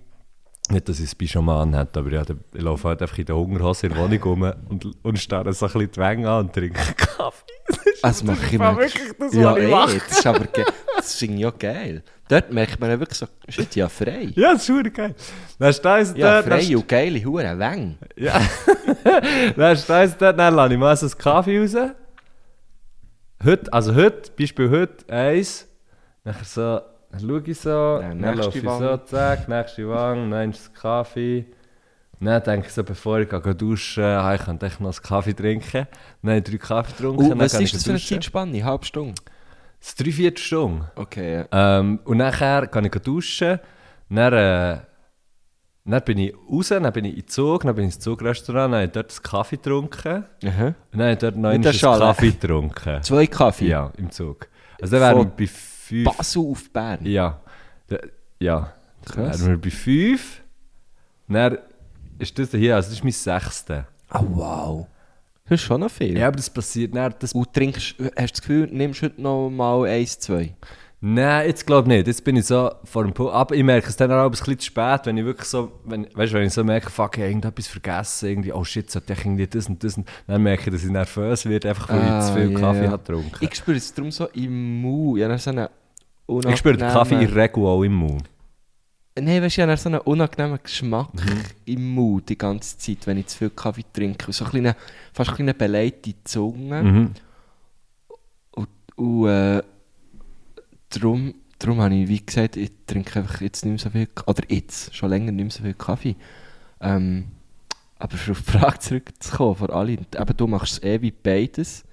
B: Nicht, dass ich das Pyjama anhatte, aber ja, ich laufe halt einfach in der Hungerhose in der Wohnung rum und, und starre so ein bisschen die Wänge an und trinke Kaffee.
A: das mache ich manchmal.
B: wirklich das, was
A: ja,
B: ich
A: ey,
B: mache.
A: Das ist aber ge das ist ja geil. Dort merkt man ja wirklich so, shit, ja frei.
B: Ja, das ist verdammt geil. Dann stehst du
A: Ja,
B: dort, dann
A: frei und geile Huren, Wänge.
B: Dann stehst du dort, dann lasse ich mal so einen Kaffee raus. Heute, also heute, Beispiel heute, eins. Nachher so, dann schaue ich so,
A: Dann
B: dann
A: nächste
B: laufe ich so,
A: Wange.
B: zack, nächste Wange, dann ist Kaffee. Dann denke ich so, bevor ich gehe duschen ah, ich könnte echt noch einen Kaffee trinken. Dann habe ich drei Kaffee getrunken.
A: Uh,
B: dann
A: was
B: gehe
A: ist
B: ich
A: das für eine
B: duschen.
A: Zeitspanne? Halbe Stunde?
B: Das Dreiviertelstunde.
A: Okay, ja.
B: Ähm, und nachher kann ich duschen. Dann, äh, dann bin ich raus, dann bin ich in den Zug, dann bin ich ins Zugrestaurant, dann habe ich dort einen Kaffee getrunken.
A: Aha.
B: Und dann habe ich dort noch einen
A: der Schale.
B: Kaffee getrunken.
A: Zwei Kaffee?
B: Ja, im Zug. Also dann wären
A: Von
B: wir bei fünf.
A: Basel auf Bern?
B: Ja. Da- Ja. Dann
A: Krass.
B: wären wir bei fünf. Dann ist das hier, also das ist mein sechster.
A: Ah, wow. Das ist schon noch viel.
B: Ja, aber das passiert dann, das
A: Und trinkst, hast du das Gefühl, nimmst heute noch mal eins, zwei?
B: Nein, jetzt glaube ich nicht. Jetzt bin ich so vor dem Punkt. Aber ich merke es dann auch ein bisschen zu spät, wenn ich wirklich so, wenn, weißt, wenn ich so merke, fuck, ich habe irgendetwas vergessen, irgendwie, oh shit, sollte ich irgendwie das und das und dann merke ich, dass ich nervös werde, einfach weil ich zu viel
A: Ah, ja,
B: Kaffee
A: ja.
B: habe getrunken.
A: Ich spüre es darum so im Mund. Ich habe dann so einen
B: Ich, spüre den Kaffee in
A: unangenehmen-
B: der Regel auch im Mund.
A: Nein, weißt du, ich habe dann so einen unangenehmen Geschmack im Mund die ganze Zeit, wenn ich zu viel Kaffee trinke. Und so eine kleine, fast eine kleine beleidete Zunge.
B: Mhm.
A: Und, und äh, darum, darum habe ich, wie gesagt, ich trinke einfach jetzt nicht mehr so viel K- Oder jetzt, schon länger nicht mehr so viel Kaffee. Ähm, aber für auf die Frage zurückzukommen, vor allem, eben du machst es eh wie beides.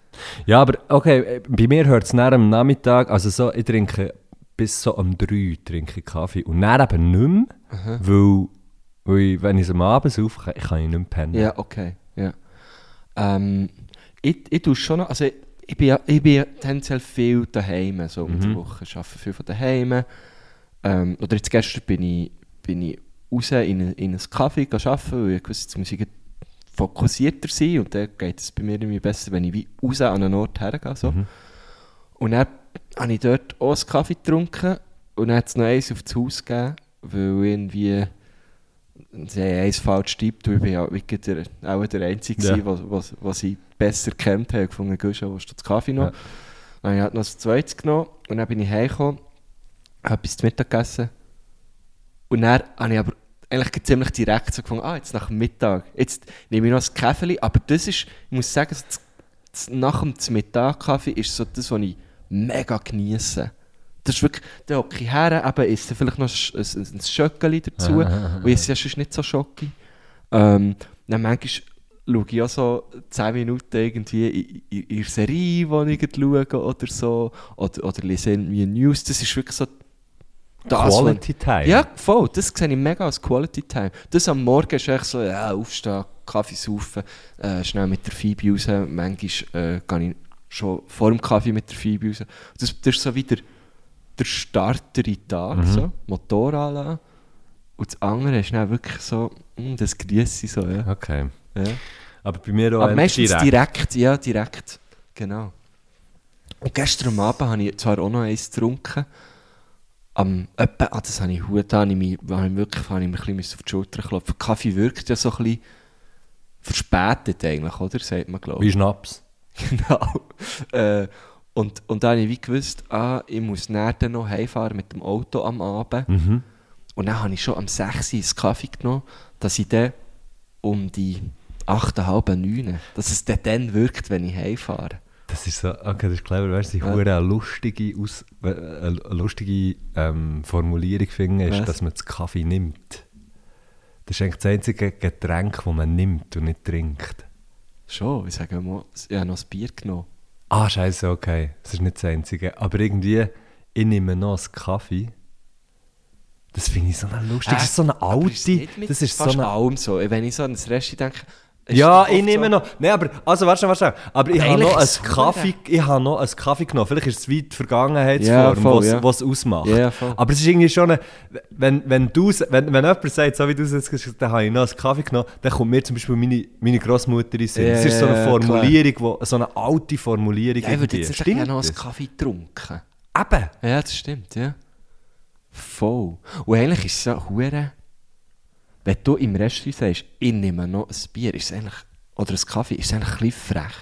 B: Ja, aber okay, äh, bei mir hört es nach am Nachmittag, also so, ich trinke bis so um 3 trinke ich Kaffee und dann eben nicht mehr, weil, weil ich, wenn ich es am Abend saufe, kann, kann ich nicht mehr pennen.
A: Ja, okay. Ja. Ähm, ich, ich tue schon noch, also ich, ich, bin, ja- ich bin ja tendenziell viel daheim, so um die Woche. Ich arbeite viel von daheim. Ähm, oder jetzt gestern bin ich, bin ich raus in, ein- in einen Kaffee arbeiten, weil ich wusste, jetzt muss ich gleich fokussierter sein und dann geht es bei mir irgendwie besser, wenn ich wie raus an einen Ort hergehe. So. Und dann habe ich dort auch einen Kaffee getrunken und dann hat es noch eins auf das Haus gegeben, weil irgendwie sie haben eins falsch tippt und ich bin ja wirklich der, auch der Einzige,
B: Ja.
A: ja. was, was, was ich besser kennt habe. Ich habe gefunden, Guschen, willst du den Kaffee noch?
B: Ja.
A: Dann habe ich halt noch das zweites genommen und dann bin ich heimgekommen, habe etwas zu Mittag gegessen und dann habe ich aber eigentlich ziemlich direkt so gefunden, ah, jetzt nach dem Mittag, jetzt nehme ich noch ein Käferli, aber das ist, ich muss sagen, so das, das, nach dem Mittag Kaffee ist so das, was ich mega geniesse. Das ist wirklich, da hocke ich her, eben esse vielleicht noch ein, ein, ein Schöckeli dazu, und es ist nicht so schocki. Ähm, dann manchmal schaue ich auch so 10 Minuten irgendwie in- in in der Serie, die ich gerade schaue oder so, oder, oder lese irgendwie News, das ist wirklich so das, was-
B: Quality Time.
A: Ja, voll, das sehe ich mega als Quality Time. Das am Morgen ist echt so, ja, aufstehen, Kaffee saufen, äh, schnell mit der Phoebe raus, manchmal äh, gehe ich schon vor dem Kaffee mit der Phoebe raus. Das, das ist so wieder der Starter in den Tag, so, Motor anlassen. Und das andere ist dann wirklich so, mm, das Grüße so, ja.
B: Okay.
A: ja.
B: Aber bei mir auch
A: Aber
B: eher
A: meistens direkt. ja, direkt. Genau. Und gestern am Abend habe ich zwar auch noch eins getrunken, am etwa, ah, das habe ich gut, da habe ich mich, habe ich wirklich, habe ich mich ein bisschen auf die Schulter geklopft. Kaffee wirkt ja so ein bisschen verspätet eigentlich, oder? Sagt man, glaube ich.
B: Wie Schnaps.
A: Genau. Äh, und, und dann habe ich wie gewusst, ah, ich muss nachher dann noch heimfahren mit dem Auto am Abend.
B: Mhm.
A: Und dann habe ich schon am 6 Uhr einen Kaffee genommen, dass ich dann um die 8,5, 9, dass es dann, dann wirkt, wenn ich heimfahre.
B: Das ist so, okay, das ist clever, weißt du, ich hure eine lustige, Aus, äh, eine lustige ähm, Formulierung finde, ist,
A: Was?
B: dass man den Kaffee nimmt. Das ist eigentlich das einzige Getränk, das man nimmt und nicht trinkt.
A: Schon, ich sage mal, ich habe noch ein Bier genommen.
B: Ah, scheiße, okay, das ist nicht das einzige. Aber irgendwie, ich nehme noch einen Kaffee. Das finde ich so eine lustige, das ist so eine
A: Aber ist
B: alte,
A: nicht mit
B: das ist so
A: fast
B: eine
A: allem so. Wenn ich so an das Rest denke... ist
B: Ja,
A: doch
B: ich
A: oft
B: nehme
A: so-
B: noch. Nein, aber, also, warte schon, warte schon. Aber ich habe
A: Eigentlich
B: noch einen
A: ist es
B: Kaffee,
A: verdammt.
B: ich habe noch einen Kaffee genommen. Vielleicht ist es weit
A: Ja,
B: Vergangenheitsform,
A: voll,
B: was,
A: ja.
B: was ausmacht.
A: Ja, voll.
B: aber es ist irgendwie schon eine, wenn, wenn du, es- wenn, wenn jemand sagt, so wie du es jetzt gesagt hast, dann habe ich noch einen Kaffee genommen, dann kommt mir zum Beispiel meine, meine Grossmutter in den Sinn.
A: Ja,
B: das ist so
A: ja,
B: eine
A: ja, klar.
B: Formulierung, wo, so eine alte Formulierung.
A: Ja, ich würde jetzt nicht sagen, ich habe noch einen
B: das?
A: Kaffee getrunken.
B: Eben.
A: Ja, das stimmt, ja. Voll. Und eigentlich ist es so, hure, wenn du im Restaurant sagst, ich nehme noch ein Bier, ist es eigentlich, oder ein Kaffee, ist es eigentlich ein bisschen frech.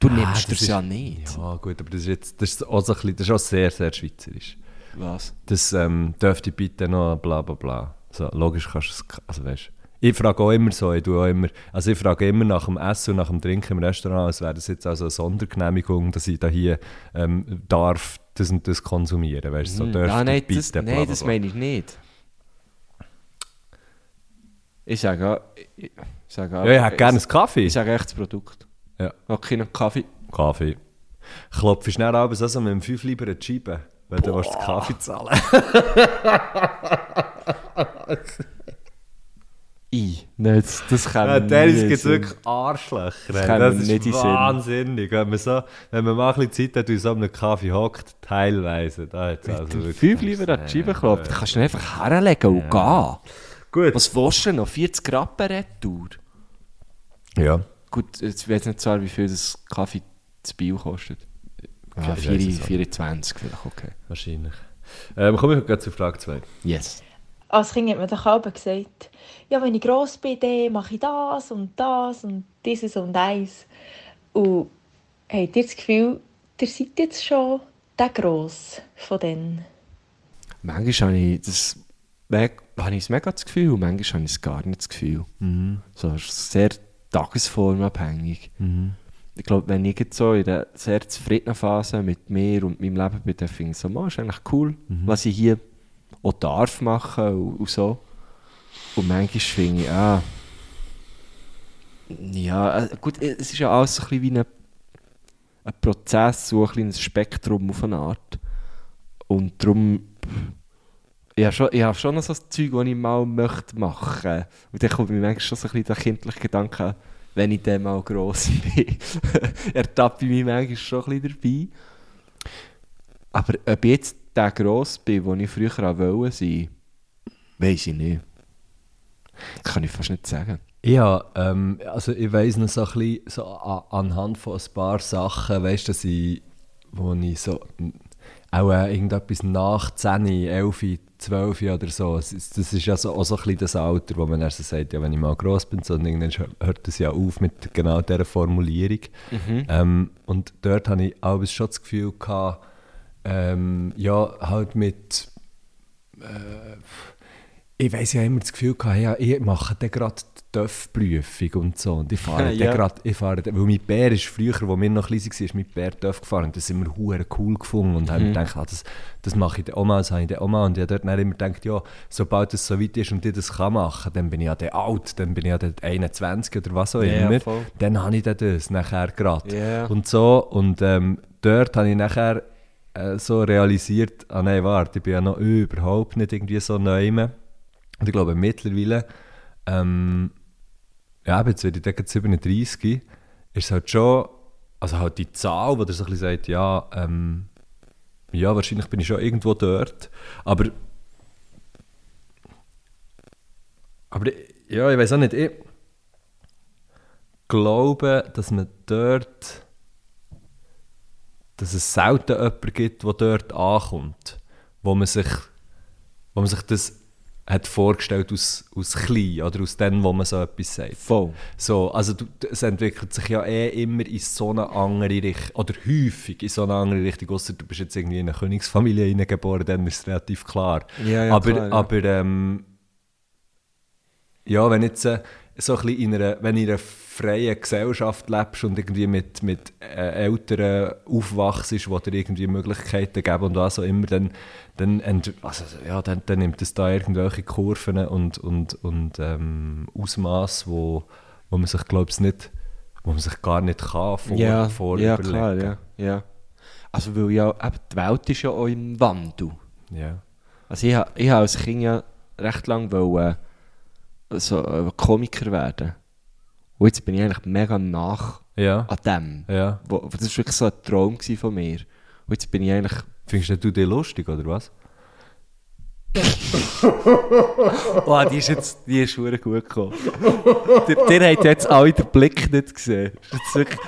A: Du nimmst
B: das
A: Ah, das,
B: ist-
A: ja nicht.
B: Ja, gut, aber das ist jetzt, das ist auch so ein bisschen, das ist auch sehr, sehr schweizerisch.
A: Was?
B: das ähm, dürfte ich bitte noch bla bla bla. So, logisch kannst du es, k- also weißt ich frage auch immer so, ich tue auch immer, also ich frage immer nach dem Essen und nach dem Trinken im Restaurant, als wäre das jetzt also eine Sondergenehmigung, dass ich da hier ähm, darf das und das konsumieren, weißt du, so
A: Hm,
B: dürfte
A: ja, nein,
B: ich
A: das,
B: bitte bla
A: nein,
B: bla
A: das
B: bla.
A: meine ich nicht. Ich sage ja. Ich ich sage auch-
B: Ja, ich hätte gerne einen Kaffee.
A: Ich sage echt das Produkt.
B: Ja.
A: Auch keinen Kaffee.
B: Kaffee. Klopfe ich schnell abends also mit dem 5 lieber eine Scheibe, wenn du willst, den Kaffee zahlen
A: I. Nein, das, das kann
B: Ja,
A: man
B: Tennis
A: nie
B: gibt es
A: sehen.
B: wirklich Arschlöcher.
A: kann
B: ey.
A: man
B: Das ist
A: nicht in Sinn.
B: wahnsinnig. Wenn man, so, wenn man mal ein bisschen Zeit hat und in so einem Kaffee hockt, teilweise. Da hat's also
A: Du
B: wirklich-
A: fünf lieber an die Scheibe klopft, dann kannst du ihn einfach herlegen und gehen.
B: Gut.
A: Was willst du noch? 40 Rappen Retour?
B: Ja.
A: Gut, jetzt weiß nicht zwar, wie viel das Kaffee zu Bio kostet. Ja,
B: Ah, ich weiss
A: 4,
B: es auch.
A: 24 vielleicht, okay.
B: Wahrscheinlich. Ähm, komme ich gleich zu Frage 2.
A: Yes.
E: Als Kind hat man doch auch gesagt, ja, wenn ich gross bin, dann mache ich das und das und dieses und eins. Und habt ihr das Gefühl, ihr seid jetzt schon der Gross von denen?
A: Manchmal habe ich, das, meg- habe ich es mega das Gefühl und manchmal habe ich es gar nicht das Gefühl. So, es ist sehr tagesformabhängig. Ich glaube, wenn ich jetzt so in der sehr zufriedenen Phase mit mir und meinem Leben bin, dann finde ich so, man, ist eigentlich cool, was ich hier auch darf machen und, und so. Und manchmal finde ich, ah, ja, äh, gut, es ist ja alles so ein bisschen wie ein, ein Prozess, so ein kleines Spektrum auf eine Art. Und darum. Ich habe schon, ich habe schon noch so ein Zeug, das ich mal möchte machen möchte. Und dann kommt mir manchmal schon so ein bisschen der kindliche Gedanke, wenn ich dann mal gross bin. Ertappe ich mich manchmal schon ein bisschen dabei. Aber ob ich jetzt der gross bin, den ich früher auch wollte sein, weiß ich nicht. Das kann ich fast nicht sagen.
B: Ja, ähm, also ich weiss noch so ein bisschen, so a- anhand von ein paar Sachen, weißt du, dass ich, wo ich so, m, auch äh, irgendetwas nach 10, 11, 12 oder so, es ist- das ist ja so, auch so ein bisschen das Alter, wo man erst so sagt, ja, wenn ich mal gross bin, so, und irgendwann hör- hört das ja auf mit genau dieser Formulierung. Ähm, und dort hatte ich auch schon das Gefühl, gehabt, ähm, ja, halt mit ich weiß ja immer das Gefühl gehabt, ja, ich mache dann gerade die TÜV-Prüfung und so. Und ich fahre
A: Ja.
B: dann gerade, ich fahre dann, weil mein Bär ist früher, als wir noch klein waren, ist mein Bär TÜV gefahren. Und das sind wir hure cool gefunden und
A: Mhm.
B: haben gedacht, ah, das, das mache ich dann auch mal, das habe ich dann auch mal. Und ich habe dort dann immer gedacht, ja, sobald es so weit ist und ich das kann machen, dann bin ich ja dann alt, dann bin ich ja dann 21 oder was auch
A: Ja,
B: immer.
A: voll.
B: dann habe ich dann das nachher gerade.
A: Ja.
B: Und so, und ähm, dort habe ich nachher äh, so realisiert, ah nein, warte, ich bin ja noch überhaupt nicht irgendwie so neu. Und ich glaube mittlerweile, ähm, ja, eben, jetzt werde ich dann gerade 37, ist es halt schon, also halt die Zahl, wo der so ein bisschen sagt, ja, ähm, ja, wahrscheinlich bin ich schon irgendwo dort, aber aber ich- ja, ich weiß auch nicht, ich glaube, dass man dort dass es selten jemanden gibt, der dort ankommt, wo man sich, wo man sich das hat vorgestellt aus, aus klein oder aus dem, wo man so etwas sagt.
A: Voll.
B: So, also du, d- es entwickelt sich ja eh immer in so eine andere Richtung, oder häufig in so eine andere Richtung, ausser du bist jetzt irgendwie in eine Königsfamilie hineingeboren, dann ist es relativ klar.
A: Ja, ja,
B: aber
A: klar, ja.
B: aber ähm, ja, wenn jetzt äh, so ein bisschen in einer, wenn in einer freien Gesellschaft lebst und irgendwie mit, mit äh, Eltern aufwachst, die dir irgendwie Möglichkeiten geben und was auch immer, dann, dann, ent- also, ja, dann, dann nimmt es da irgendwelche Kurven und, und, und ähm, Ausmaß, wo, wo man sich, glaube ich, nicht, wo man sich gar nicht kann vor,
A: ja,
B: vor
A: ja,
B: überlegen.
A: klar, ja, ja. Also, weil ja, eben, die Welt ist ja auch im Wandel.
B: Ja.
A: Also ich, ha- ich wollte als Kind ja recht lange wollen, äh, so, äh, Komiker werden. Und jetzt bin ich eigentlich mega nach
B: Ja.
A: an dem.
B: ja.
A: Wo, wo- das war wirklich so ein Traum gewesen von mir. Und jetzt bin ich eigentlich...
B: Findest du den lustig, oder was? oh, die ist jetzt...
A: Ah, Die ist verdammt gut gekommen. der, der hat jetzt alle den Blick nicht gesehen. Das ist wirklich...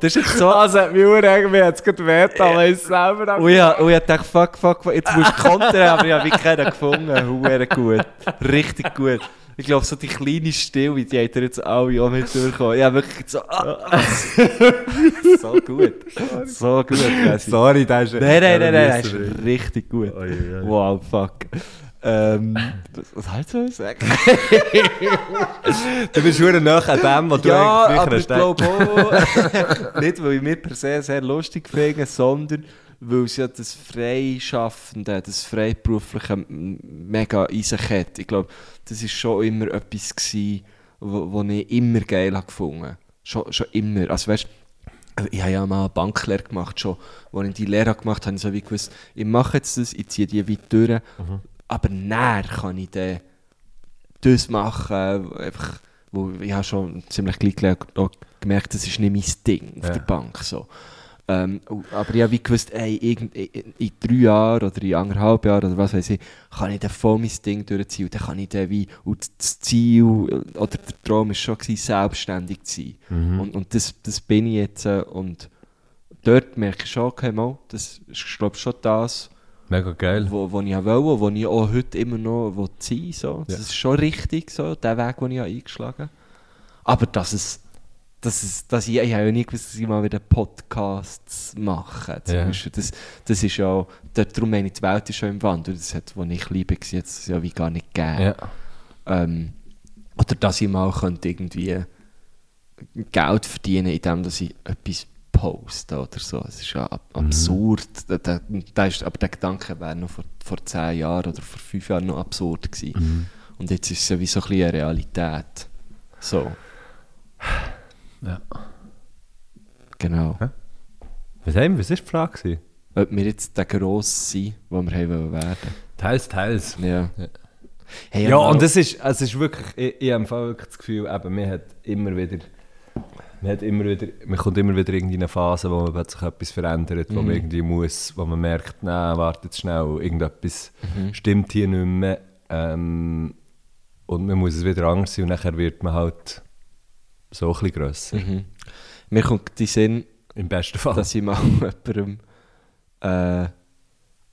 A: Das ist jetzt so...
B: Also, wie ureng, mir hat es gerade wehrt, aber ich selber...
A: Und ich, ha- und ich hab gedacht, fuck, fuck, fuck, jetzt musst du kontern, aber ich habe wie keinen gefunden. Huere gut. Richtig gut. Ich glaube, so die kleine Stille, die hat er jetzt alle auch mit durchgekommen. Ich habe wirklich so... Ah, ah. so gut. So gut. Messi.
B: Sorry, das ist... Oh,
A: Nein, nein, nein, nein,
B: das
A: das ist richtig gut.
B: Oi, oi, oi.
A: Wow, fuck. Ähm, was- was hast du gesagt?
B: Du bist schon nach an dem, was du
A: ah,
B: eigentlich früher hast.
A: Oh. glaube auch, nicht weil ich mich per se sehr lustig finde, sondern weil es ja das Freischaffende, das Freiberufliche m- mega in sich hat. Ich glaube, das war schon immer etwas, gewesen, wo, wo ich immer geil habe gefunden habe. Schon, schon immer. Also weißt, ich habe ja mal eine Banklehre gemacht, schon. Als ich die Lehre gemacht habe, habe ich so wie gewusst, ich mache jetzt das, ich ziehe die weit durch, aber näher kann ich dann das machen, einfach, wo ich habe schon ziemlich gleich gelernt- auch gemerkt, das ist nicht mein Ding auf
B: Ja.
A: der Bank, so. Ähm, aber ich habe wie gewusst, ey, irgend, in, in drei Jahren oder in anderthalb Jahren oder was weiß ich, kann ich dann voll mein Ding durchziehen und dann kann ich dann wie, und das Ziel äh, oder der Traum war schon, gewesen, selbstständig zu sein. Und, und das, das bin ich jetzt äh, und dort merke ich schon, okay, mal, das ist glaube ich schon das,
B: Mega geil.
A: wo, wo ich auch wollte, wo ich auch heute immer noch will sein will. So. Das
B: Ja.
A: ist schon richtig, so, der Weg, den ich habe eingeschlagen habe. Aber dass es, dass es dass ich, ich habe ja nie gewusst, dass ich mal wieder Podcasts mache. Zum
B: Ja.
A: Beispiel. Das, das ist ja, auch- darum meine ich, die Welt ist schon im Wandel. Das hat, wo ich liebe, war, hat es ja wie gar nicht gegeben.
B: Ja.
A: Ähm, oder dass ich mal könnte irgendwie Geld verdienen indem dass ich etwas poste oder so. Es ist ja ab absurd. Da, da, da ist, aber der Gedanke wäre noch vor, vor zehn Jahren oder vor fünf Jahren noch absurd gewesen. Und jetzt ist es ja wie so ein bisschen eine Realität. So.
B: Ja.
A: Genau.
B: Was haben wir? Was war die Frage? gewesen?
A: Ob wir jetzt der Grosse sind, den wir haben wollen werden.
B: Teils, teils.
A: Ja. Hey,
B: Ja,
A: aber-
B: und es ist, es ist wirklich, ich, ich habe im Fall wirklich das Gefühl, eben, man hat immer wieder, man, hat immer wieder, man kommt immer wieder irgendwie in eine Phase, wo man plötzlich etwas verändert,
A: Mhm.
B: wo man irgendwie muss, wo man merkt, nein, warte jetzt schnell, irgendetwas
A: Mhm.
B: stimmt hier nicht mehr. Ähm, und man muss es wieder anders sein und nachher wird man halt so ein bisschen
A: Mhm.
B: grösser.
A: Mir kommt in den Sinn,
B: Im besten Fall.
A: dass ich mal jemandem. Äh,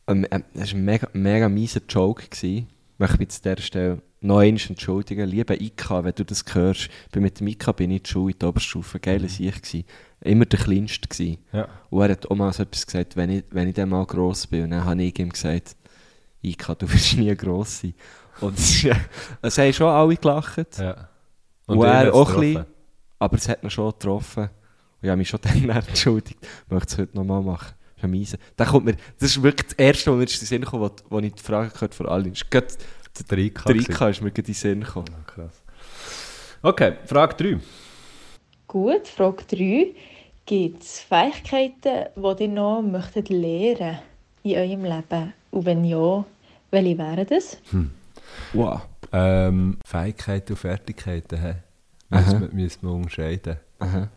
A: ähm, ähm, das war ein mega, mega mieser Joke. Gewesen. Ich möchte mich jetzt an dieser Stelle noch einmal entschuldigen. Lieber Ika, wenn du das hörst, ich bin mit dem Ika bin ich in der Schule in der Oberstufe. Geiler Sieg. Gewesen. Immer der Kleinste. Gewesen.
B: Mhm. Ja.
A: Und er hat auch mal so etwas gesagt, wenn ich, wenn ich dann mal gross bin. Und dann habe ich ihm gesagt, Ika, du wirst nie gross sein. Und es es haben schon alle gelacht.
B: ja.
A: Und,
B: ihn hat's
A: er auch ein
B: getroffen.
A: bisschen, aber es hat mich schon getroffen. Und ich habe mich schon dann entschuldigt. Ich möchte es heute nochmal machen. Das ist ja miese. Da kommt mir, das ist wirklich das Erste, was mir in den Sinn kam, wo, wo ich die Frage gehört von allen. Ist gerade
B: Der Ika
A: der
B: gewesen.
A: Rika ist mir gerade in den Sinn gekommen.
B: Krass. Okay, Frage 3.
E: Gut, Frage 3. Gibt es Fähigkeiten, die ihr noch möchtet lernen in eurem Leben? Und wenn ja, welche wären das?
A: Wow.
B: Ähm, Fähigkeiten und Fertigkeiten hä?
A: Aha.
B: müssen wir- müssen wir unterscheiden.
A: Aha.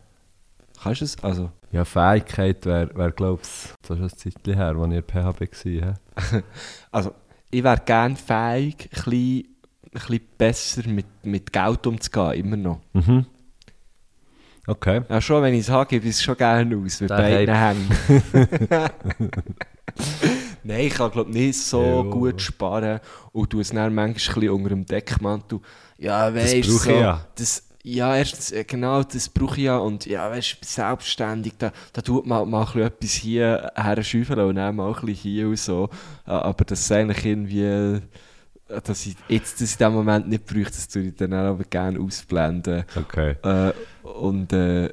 A: Kannst du es? Also,
B: Ja, Fähigkeit wäre, wär, glaube ich, das ist schon ein Zeitchen her, als ich in der PHB war. hä?
A: also ich wäre gerne fähig, ein bisschen, ein bisschen besser mit, mit Geld umzugehen, immer noch.
B: Mhm. Okay.
A: Ja, schon, wenn ich es habe, gebe ich es schon gerne aus, mit
B: Der
A: beiden Händen. Nein, ich kann glaube nicht so
B: Ja.
A: gut sparen und du es dann manchmal ein bisschen unter dem Deckmantel. Ja, weißt du,
B: brauche
A: so,
B: ich ja.
A: das, ja, erstens, äh, genau, das brauche ich ja und ja, weißt du, selbstständig, da, da tut man halt mal ein bisschen etwas hier herschäufeln und dann mal ein bisschen hier und so, Äh, aber das ist eigentlich irgendwie, äh, dass ich jetzt das in dem Moment nicht bräuchte, das tue ich dann aber gerne ausblenden.
B: Okay.
A: Äh, und äh, äh,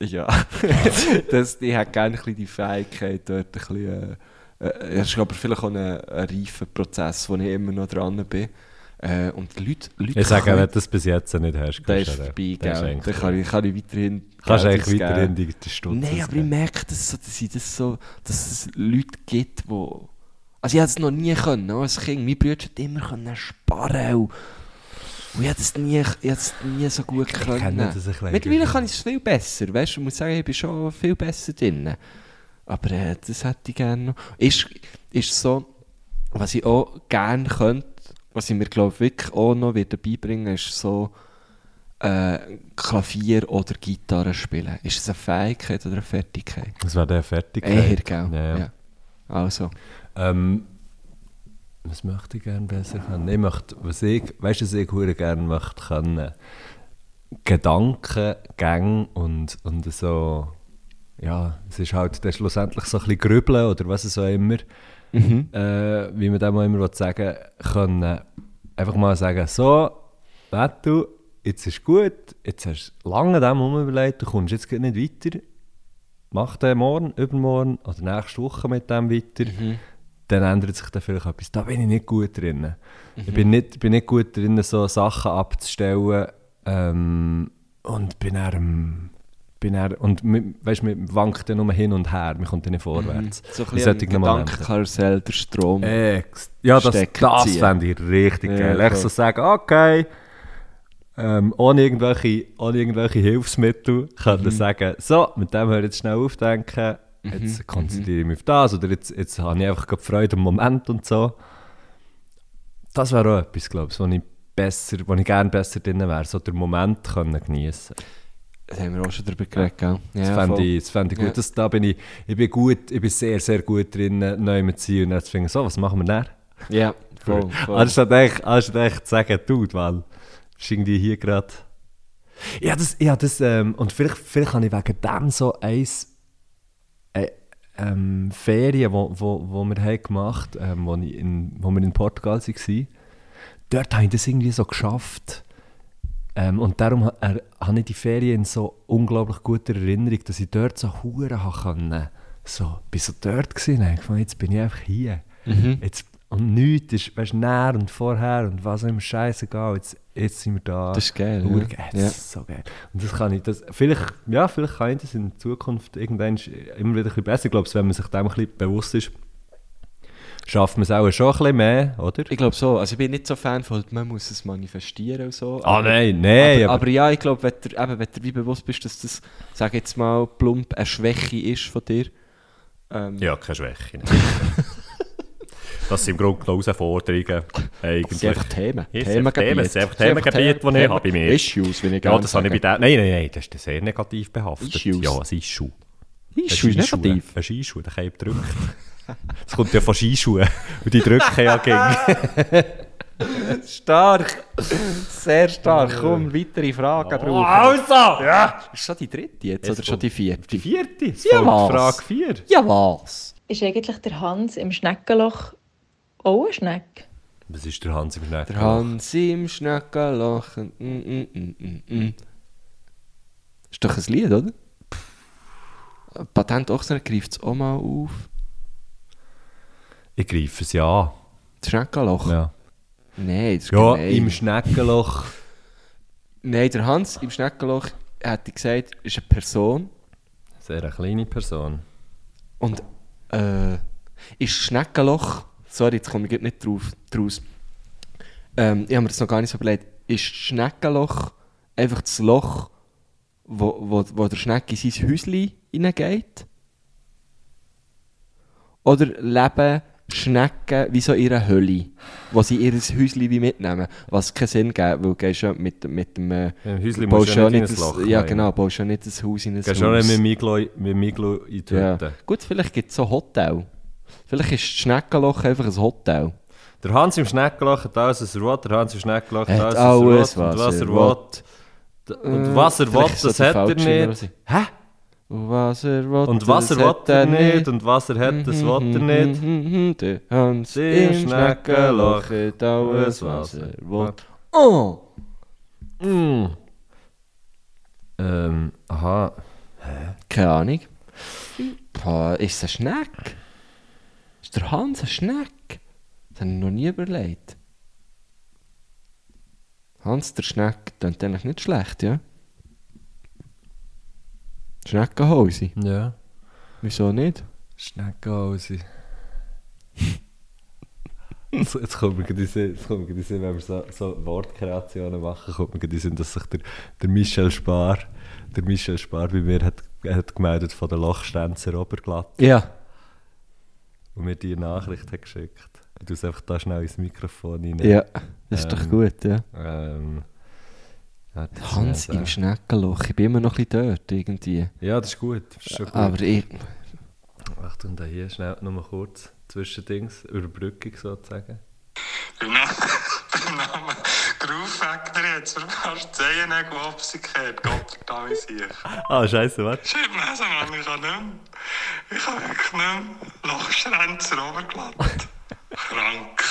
A: ja, das, ich hätte gerne ein bisschen die Fähigkeit dort ein bisschen, äh, äh, es ist aber vielleicht auch ein, ein reifer Prozess, wo ich immer noch dran bin. Äh, und die Leute, Leute
B: Ich sage,
A: können-
B: wenn du das bis jetzt nicht hast,
A: der
B: kannst
A: ist
B: du-
A: vorbei,
B: der ist
A: gell.
B: eigentlich-
A: Da kann ich, kann ich weiterhin
B: Kannst du
A: Geld
B: eigentlich
A: ausgeben.
B: weiterhin die die Stunde
A: Nein, aber ich merke das so, dass, ich das so, dass es Leute gibt, wo Also ich hätte es noch nie können, auch als Kind. Mein Bruder hat immer können sparen und, und ich hätte es nie, ich hätte es nie so gut können.
B: kenne das ein bisschen.
A: Mittlerweile kann ich es viel besser, weißt du, ich muss sagen, ich bin schon viel besser drin. Aber äh, das hätte ich gerne noch. Ist, ist so, was ich auch gerne könnte, was ich mir glaube wirklich auch noch wieder beibringen ist so äh, Klavier oder Gitarre spielen. Ist das eine Fähigkeit oder eine Fertigkeit?
B: Das wäre der fertig.
A: Eher, gell?
B: Ja, ja.
A: Also.
B: Ähm, was möchte ich gerne besser können? Ich möchte, was ich, weißt du, was ich hure gerne möchte können? Gedanken, Gänge und, und so, ja, es ist halt dann schlussendlich so ein bisschen grübeln oder was es auch immer,
A: Mhm.
B: äh, wie man dem auch immer will sagen können, einfach mal sagen, so, du, jetzt ist gut, jetzt hast du lange dem herumüberlegt, du kommst jetzt gerade nicht weiter, mach den morgen, übermorgen oder nächste Woche mit dem weiter,
A: Mhm.
B: dann ändert sich dann vielleicht etwas. Da bin ich nicht gut drin.
A: Mhm.
B: Ich bin nicht, bin nicht gut drin, so Sachen abzustellen ähm, und bin dann, ähm, bin dann, und weißt, man wankt dann nur hin und her, man kommt dann nicht vorwärts.
A: Mhm. So ein
B: Das
A: bisschen
B: sollte ich noch mal ändern.
A: Gedankenkarussell, der Strom.
B: Ex ja, das,
A: Stecker
B: das
A: ziehen.
B: fände ich richtig
A: Ja,
B: geil. Ich
A: voll.
B: so sagen, okay, ähm, ohne, irgendwelche, ohne irgendwelche Hilfsmittel
A: Mhm.
B: könnte ich sagen, so, mit dem höre ich jetzt schnell aufdenken,
A: Mhm.
B: jetzt konzentriere ich mich auf das oder jetzt, jetzt habe ich einfach gerade Freude im Moment und so. Das wäre auch etwas, glaube ich, wo ich, besser, wo ich gerne besser drin wäre, so den Moment können geniessen
A: Das haben wir auch schon darüber geredet, gell?
B: das,
A: Ja,
B: fände
A: voll.
B: ich, das fände ich gut.
A: Ja.
B: Das, da bin ich, ich bin gut, ich bin sehr, sehr gut drin, neu mit zu sein und dann zu finden, so, was machen wir dann?
A: Ja, voll, voll.
B: Anstatt echt, anstatt echt zu sagen, tut, weil ist irgendwie hier gerade. Ja, das, ja, das, ähm, und vielleicht, vielleicht habe ich wegen dem so eins äh, ähm, Ferien, wo, wo, wo wir haben gemacht haben, ähm, wo, ich in- wo wir in Portugal waren. Dort habe ich das irgendwie so geschafft. Ähm, und darum ha- er- habe ich die Ferien in so unglaublich guter Erinnerung, dass ich dort so Huren haben konnte. So, ich war so dort gewesen, habe gedacht, jetzt bin ich einfach hier.
A: Mhm.
B: Jetzt, und nichts ist, weißt du, näher und vorher und was auch immer, scheißegal, jetzt, jetzt sind wir da.
A: Das ist geil,
B: Huere
A: ja.
B: Ah, geil,
A: Ja.
B: Das ist so geil. Und das kann ich, das, vielleicht, ja, vielleicht kann ich das in Zukunft irgendwann immer wieder ein bisschen besser. Ich glaube, wenn man sich dem ein bisschen bewusst ist, schafft man es auch schon ein bisschen mehr, oder?
A: Ich glaube so. Also ich bin nicht so Fan von, man muss es manifestieren und so.
B: Ah
A: aber-
B: nein,
A: aber,
B: nein, aber,
A: aber ja, ich glaube, wenn du eben, wenn dir wie bewusst bist, dass das, sag jetzt mal, plump eine Schwäche ist von dir. Ähm,
F: Ja, keine Schwäche. ne. das sind im Grunde genommen Herausforderungen.
A: Das sind
F: Eigentlich.
A: einfach Themen.
F: Ja, es sind einfach Themen, es sind einfach Themengebiete,
A: Themen-
F: die ich habe bei mir.
A: Issues, wenn ich
F: Ja, das habe ich bei
A: bei
F: der. Nein, nein, nein, das ist sehr negativ behaftet.
A: Issues.
F: Ja, ein Eisschuh.
A: Issues, negativ.
F: Ein Skischuh, der Keim drückt. Das kommt ja von Skischuhen. Und die drücken ja gegen.
A: Stark. Sehr stark. Komm, weitere Fragen brauchen.
F: Also! Ja!
A: Ist schon die dritte jetzt
B: Es
A: oder schon die vierte?
B: die vierte, es
A: Ja,
B: folgt
A: was?
B: Frage 4.
A: Ja, was?
E: Ist eigentlich der Hans im Schneckenloch auch ein Schneck?
B: Was ist der Hans im Schneck?
A: Der Hans im Schneckenloch. Mm, mm, mm, mm, mm. Ist doch ein Lied, oder? Patent Ochsner greift es auch mal auf.
B: Ich greife es ja
A: Das Schneckenloch?
B: an. Ja,
A: Nein, das ist
B: ja
A: gemein.
B: im Schneckenloch.
A: Nein, der Hans im Schneckenloch, hätte ich gesagt, ist eine Person.
B: Sehr eine kleine Person.
A: Und äh, ist Schneckenloch, sorry, jetzt komme ich gerade nicht drauf, draus. Ähm, ich habe mir das noch gar nicht so überlegt. Ist Schneckenloch einfach das Loch, wo, wo, wo der Schnecke in sein Häuschen hineingeht? Oder leben Schnecken wie so in ihrer Hölle, wo sie ihr Häuschen wie mitnehmen, was keinen Sinn gibt, weil du gehst ja mit, mit dem... Äh,
B: Im Häuschen
A: baust
B: musst du ja nicht in
A: ein
B: ein Loch
A: Ja
B: rein.
A: genau, baust ja nicht ein Haus in ein
B: Gehst schon
A: Haus.
B: nicht mit Miglo, mit Miglo in die
A: Ja.
B: Hütte.
A: Gut, vielleicht gibt es so Hotel. Vielleicht ist das Schneckenloch einfach ein Hotel.
B: Der Hans im Schneckenloch hat alles, was er will. Der Hans im Schneckenloch
A: Hat
B: hat
A: alles,
B: alles, was er will. Und
A: was Eh, er
B: was er will. Und was er will,
A: Äh, vielleicht ist
B: das
A: das
B: hat
A: der
B: er
A: Fallschirm
B: nicht. Hä?
A: Und was er will,
B: Und was er
A: das
B: will,
A: hat
B: er nicht. Und was er hat,
A: Mhm,
B: das will er nicht.
A: nicht. Der Hans
B: Der
A: mhm, im
B: Schneckenloch
A: Schneckenloch hat alles, was er will.
B: Oh!
A: mhm.
B: Mm. Ähm, aha.
A: Keine Ahnung. Boah, ist es ein Schneck? Ist der Hans ein Schneck? Das habe ich noch nie überlegt. Hans der Schneck, das ist eigentlich nicht schlecht, ja? Schneckenhäuser,
B: Ja.
A: wieso nicht?
B: Schneckenhose. jetzt, jetzt kommt mir gerade in den Sinn, jetzt kommt mir gerade in den Sinn, wenn wir so, so Wortkreationen machen, kommt mir gerade in den Sinn, dass sich der, der Michel Spar, der Michel Spar bei mir hat, hat gemeldet von der Lochstenzer Oberglatt
A: Ja.
B: und mir die Nachricht hat geschickt. Und du es einfach da schnell ins Mikrofon rein.
A: Ja, das ist doch
B: Ähm,
A: gut, ja.
B: Ähm, ja, das
A: Hans
B: wär-
A: im Schneckenloch, ich bin immer noch ein bisschen dort irgendwie.
B: Ja, das ist gut. Das ist schon gut.
A: Aber ich,
B: Achtung, da hier schnell nochmal kurz Zwischendings, Überbrückung sozusagen.
G: Beim Na- beim Namen Graufactory hat es mir fast die Zehennägel abgekehrt. Gott verdammt sich.
B: Ah, scheiße, warte.
G: Schreib mir also, Mann, ich kann nicht mehr. Ich kann wirklich nicht mehr. Lochschränzer runtergeladen. Krank.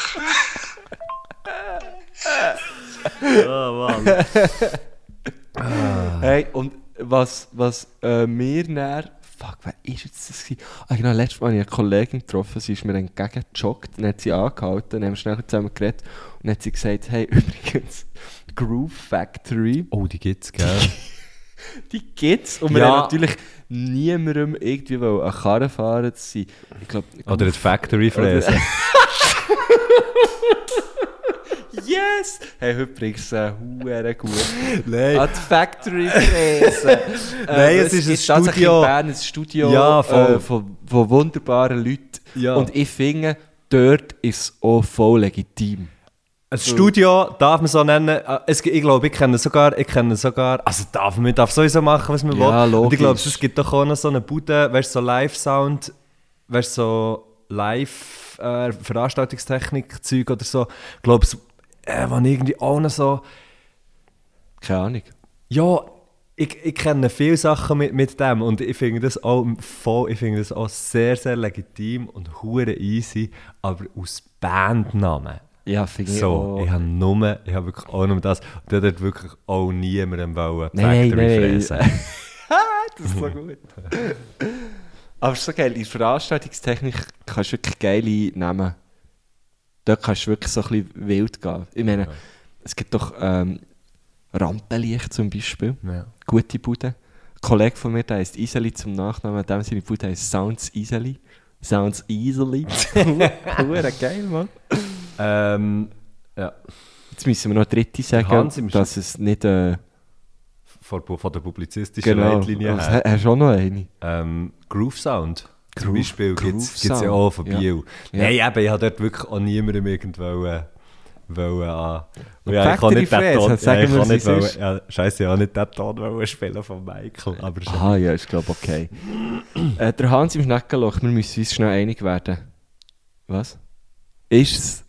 A: Hey, und was, was äh, wir näher eh, fuck, wer ist jetzt das? gewesen? Ah, genau, letztes Mal habe ich eine Kollegin getroffen, sie ist mir entgegengejoggt, dann hat sie angehalten, dann haben wir schnell zusammen geredet und dann hat sie gesagt, hey, übrigens, Groove Factory,
B: Oh, die gibt's, gell?
A: die gibt's und wir
B: Ja.
A: haben natürlich niemandem irgendwie wollen, eine Karre fahren zu sein. Ich glaube,
B: Oder die Factory Fräse.
A: yes! Hey, eh, heute bringst du es huere gut.
B: Nein.
A: An die Factory Äh, gelesen.
B: Nein, es ist ein
A: tatsächlich
B: Studio.
A: in Bern ein Studio
B: Ja, voll.
A: äh, von, von wunderbaren Leuten.
B: Ja.
A: Und ich finde, dort ist es auch voll legitim.
B: Ein Studio darf man so nennen. Äh, Es, ich glaube, ich kenne sogar, ich kenne sogar, also darf man darf sowieso machen, was man
A: Ja,
B: will. Und
A: logisch.
B: ich glaube, es gibt doch auch noch so eine Bude, weißt du, so Live-Sound, weißt du, so Live-Veranstaltungstechnik-Zeug oder so. Ich glaube, es, äh, wenn irgendwie auch noch so,
A: Keine Ahnung.
B: ja, ich, ich kenne viele Sachen mit, mit dem und ich finde das auch voll, ich finde das auch sehr, sehr legitim und hure easy, aber aus Bandnamen.
A: Ja, finde ich
B: So,
A: auch.
B: ich habe nur, ich habe wirklich auch nur das. Und dort hat wirklich auch niemandem wollen
A: Nein, nein, nein.
B: Factory fressen.
A: das ist so gut. Aber es ist so geil, in Veranstaltungstechnik kannst du wirklich geile Namen. Dort kannst du wirklich so ein bisschen wild gehen. Ich meine, es gibt doch ähm, Rampenlicht zum Beispiel.
B: Ja.
A: gute Bude. Ein Kollege von mir, der heißt Iseli zum Nachnamen, dem seine Bude heißt Sounds Iseli. Sounds Iseli. Hure geil, Mann.
B: Ähm, ja,
A: Jetzt müssen wir noch eine dritte sagen,
B: Hans, im
A: dass es nicht... Äh,
B: von, von der publizistischen
A: genau.
B: Leitlinie
A: Also,
B: her.
A: ha- Hast du auch noch eine?
B: Ähm, Groove Sound. Zum
A: Groove-
B: Beispiel
A: Groove
B: gibt es ja
A: Sound,
B: auch von
A: ja.
B: Biel.
A: Ja.
B: Nein, eben, ich habe dort wirklich auch niemandem irgendwelche wollen ah. an. Und
A: Factory Fräse, sagen
B: ja,
A: wir,
B: ich kann
A: sie
B: nicht
A: ist-
B: wollen, ja, scheiße, ich habe nicht den Ton wollen spielen von Michael, aber es ist
A: Aha, Ah, ja, ist glaube okay. äh, der Hans im Schneckenloch, wir müssen uns schnell einig werden. Was? Ist es